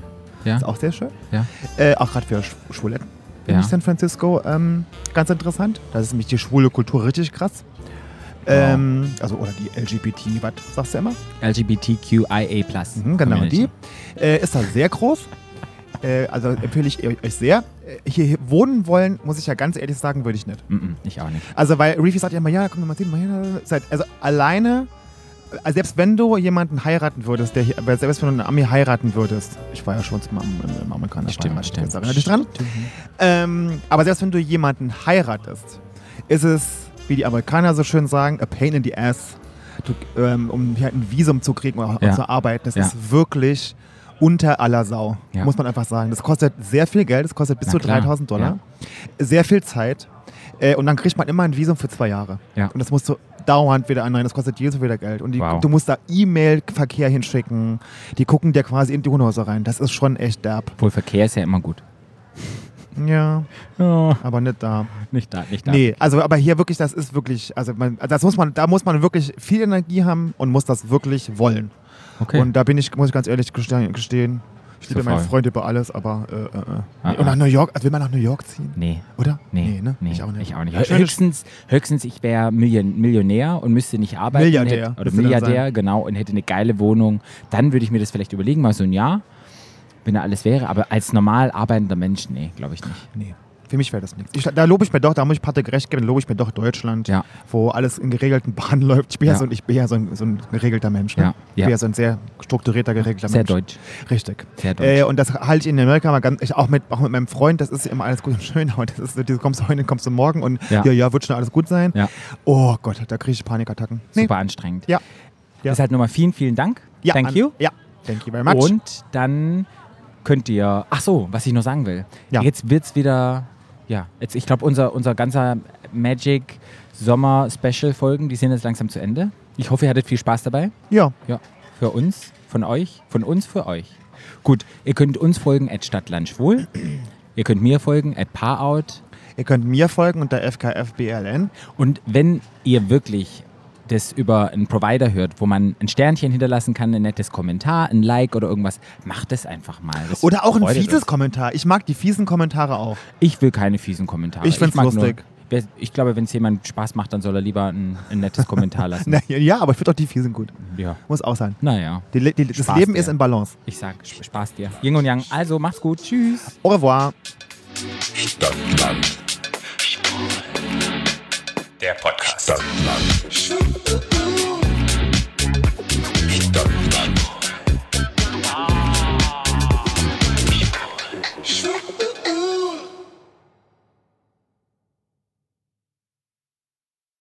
ja. Ist auch sehr schön. Ja. Äh, auch gerade für Sch Schwuletten finde Ja. ich San Francisco ähm, ganz interessant. Da ist nämlich die schwule Kultur richtig krass. Ähm, also, oder die LGBT, was sagst du immer? LGBTQIA+. Mhm, genau, Community. die. Äh, ist da sehr groß. Äh, also empfehle ich euch euch sehr. Äh, Hier, hier wohnen wollen, muss ich ja ganz ehrlich sagen, würde ich nicht. Mhm, ich auch nicht. Also, weil Reefy sagt ja immer, ja, komm mal sehen, mal hin. Seid- Also alleine, also selbst wenn du jemanden heiraten würdest, der hier, aber selbst wenn du einen Ami heiraten würdest, ich war ja schon zum Am im, im Amerikaner Stimmt, verheiratet, stimmt. mhm. jetzt erinnere halt dich dran. Ähm, aber selbst wenn du jemanden heiratest, ist es, wie die Amerikaner so schön sagen, a pain in the ass, du, ähm, um hier ein Visum zu kriegen oder auch Ja. zu arbeiten. Es Ja. ist wirklich unter aller Sau, Ja. muss man einfach sagen. Das kostet sehr viel Geld, das kostet bis Na zu klar, 3000 Dollar, sehr viel Zeit. Äh, und dann kriegt man immer ein Visum für zwei Jahre. Ja. Und das musst du dauernd wieder anleihen. Das kostet jedes Mal wieder Geld. Und die, Wow. du musst da E-Mail-Verkehr hinschicken. Die gucken dir quasi in die Hunhäuser rein. Das ist schon echt derb. Obwohl Verkehr ist ja immer gut. Ja, Oh, aber nicht da. nicht da, nicht da. Nee, also aber hier wirklich, das ist wirklich, also man, das muss man, da muss man wirklich viel Energie haben und muss das wirklich wollen. Okay. Und da bin ich, muss ich ganz ehrlich gestehen, gestehen ich So liebe meinen faul. Freund über alles, aber äh, äh, äh. Ah, und ah. nach New York, also will man nach New York ziehen? nee. Oder? Nee, ne? nee, ich auch nicht. Schönes- Höchstens, höchstens ich wäre Million, Millionär und müsste nicht arbeiten. Milliardär, Hätte, oder müsste dann Milliardär, genau, und hätte eine geile Wohnung. Dann würde ich mir das vielleicht überlegen, mal so ein Jahr, wenn da alles wäre. Aber als normal arbeitender Mensch, nee, glaube ich nicht. Nee. Für mich wäre das nichts. Ich, da lobe ich mir doch, da muss ich Patrick recht geben, lobe ich mir doch Deutschland, Ja. wo alles in geregelten Bahnen *laughs* läuft. Ich bin ja, Ja. so, ein, ich bin ja so, ein, so ein geregelter Mensch. Ne? Ja, Ich ja. bin ja so ein sehr strukturierter, geregelter Sehr Mensch. deutsch. Richtig. Sehr deutsch. Äh, und das halte ich in Amerika mal ganz, ich auch, mit, auch mit meinem Freund, das ist immer alles gut und schön, *laughs* aber das ist, so, du kommst heute, kommst du morgen und Ja. ja, ja, wird schon alles gut sein. Ja. Oh Gott, da kriege ich Panikattacken. Super anstrengend. Ja. Ja. Deshalb nochmal vielen, vielen Dank. Ja, Thank an- you. Ja, thank you very much. Und dann könnt ihr. Ach so, was ich noch sagen will. Ja. Jetzt wird's wieder. Ja, jetzt, ich glaube, unser, unser ganzer Magic Sommer Special Folgen, die sind jetzt langsam zu Ende. Ich hoffe, ihr hattet viel Spaß dabei. ja, Ja, für uns, von euch, von uns für euch. Gut, ihr könnt uns folgen at Stadtlandschwul. ihr könnt mir folgen at Paarout. ihr könnt mir folgen unter FKFBLN. Und wenn ihr wirklich das über einen Provider hört, wo man ein Sternchen hinterlassen kann, ein nettes Kommentar, ein Like oder irgendwas, macht es einfach mal. Das Oder auch ein freut fieses uns. Kommentar. Ich mag die fiesen Kommentare auch. Ich will keine fiesen Kommentare. Ich find's mag lustig. Nur, wer- ich glaube, wenn es jemand Spaß macht, dann soll er lieber ein, ein nettes Kommentar *laughs* lassen. Na, ja, aber ich finde auch die fiesen gut. Ja. Muss auch sein. Naja, Die, Le- die, das Spaß Leben dir. ist in Balance. ich sag Sp- Spaß dir. Yin und Yang. Also macht's gut. Tschüss. Au revoir. Stadtland. Der Podcast. Stadtland. Stadtland.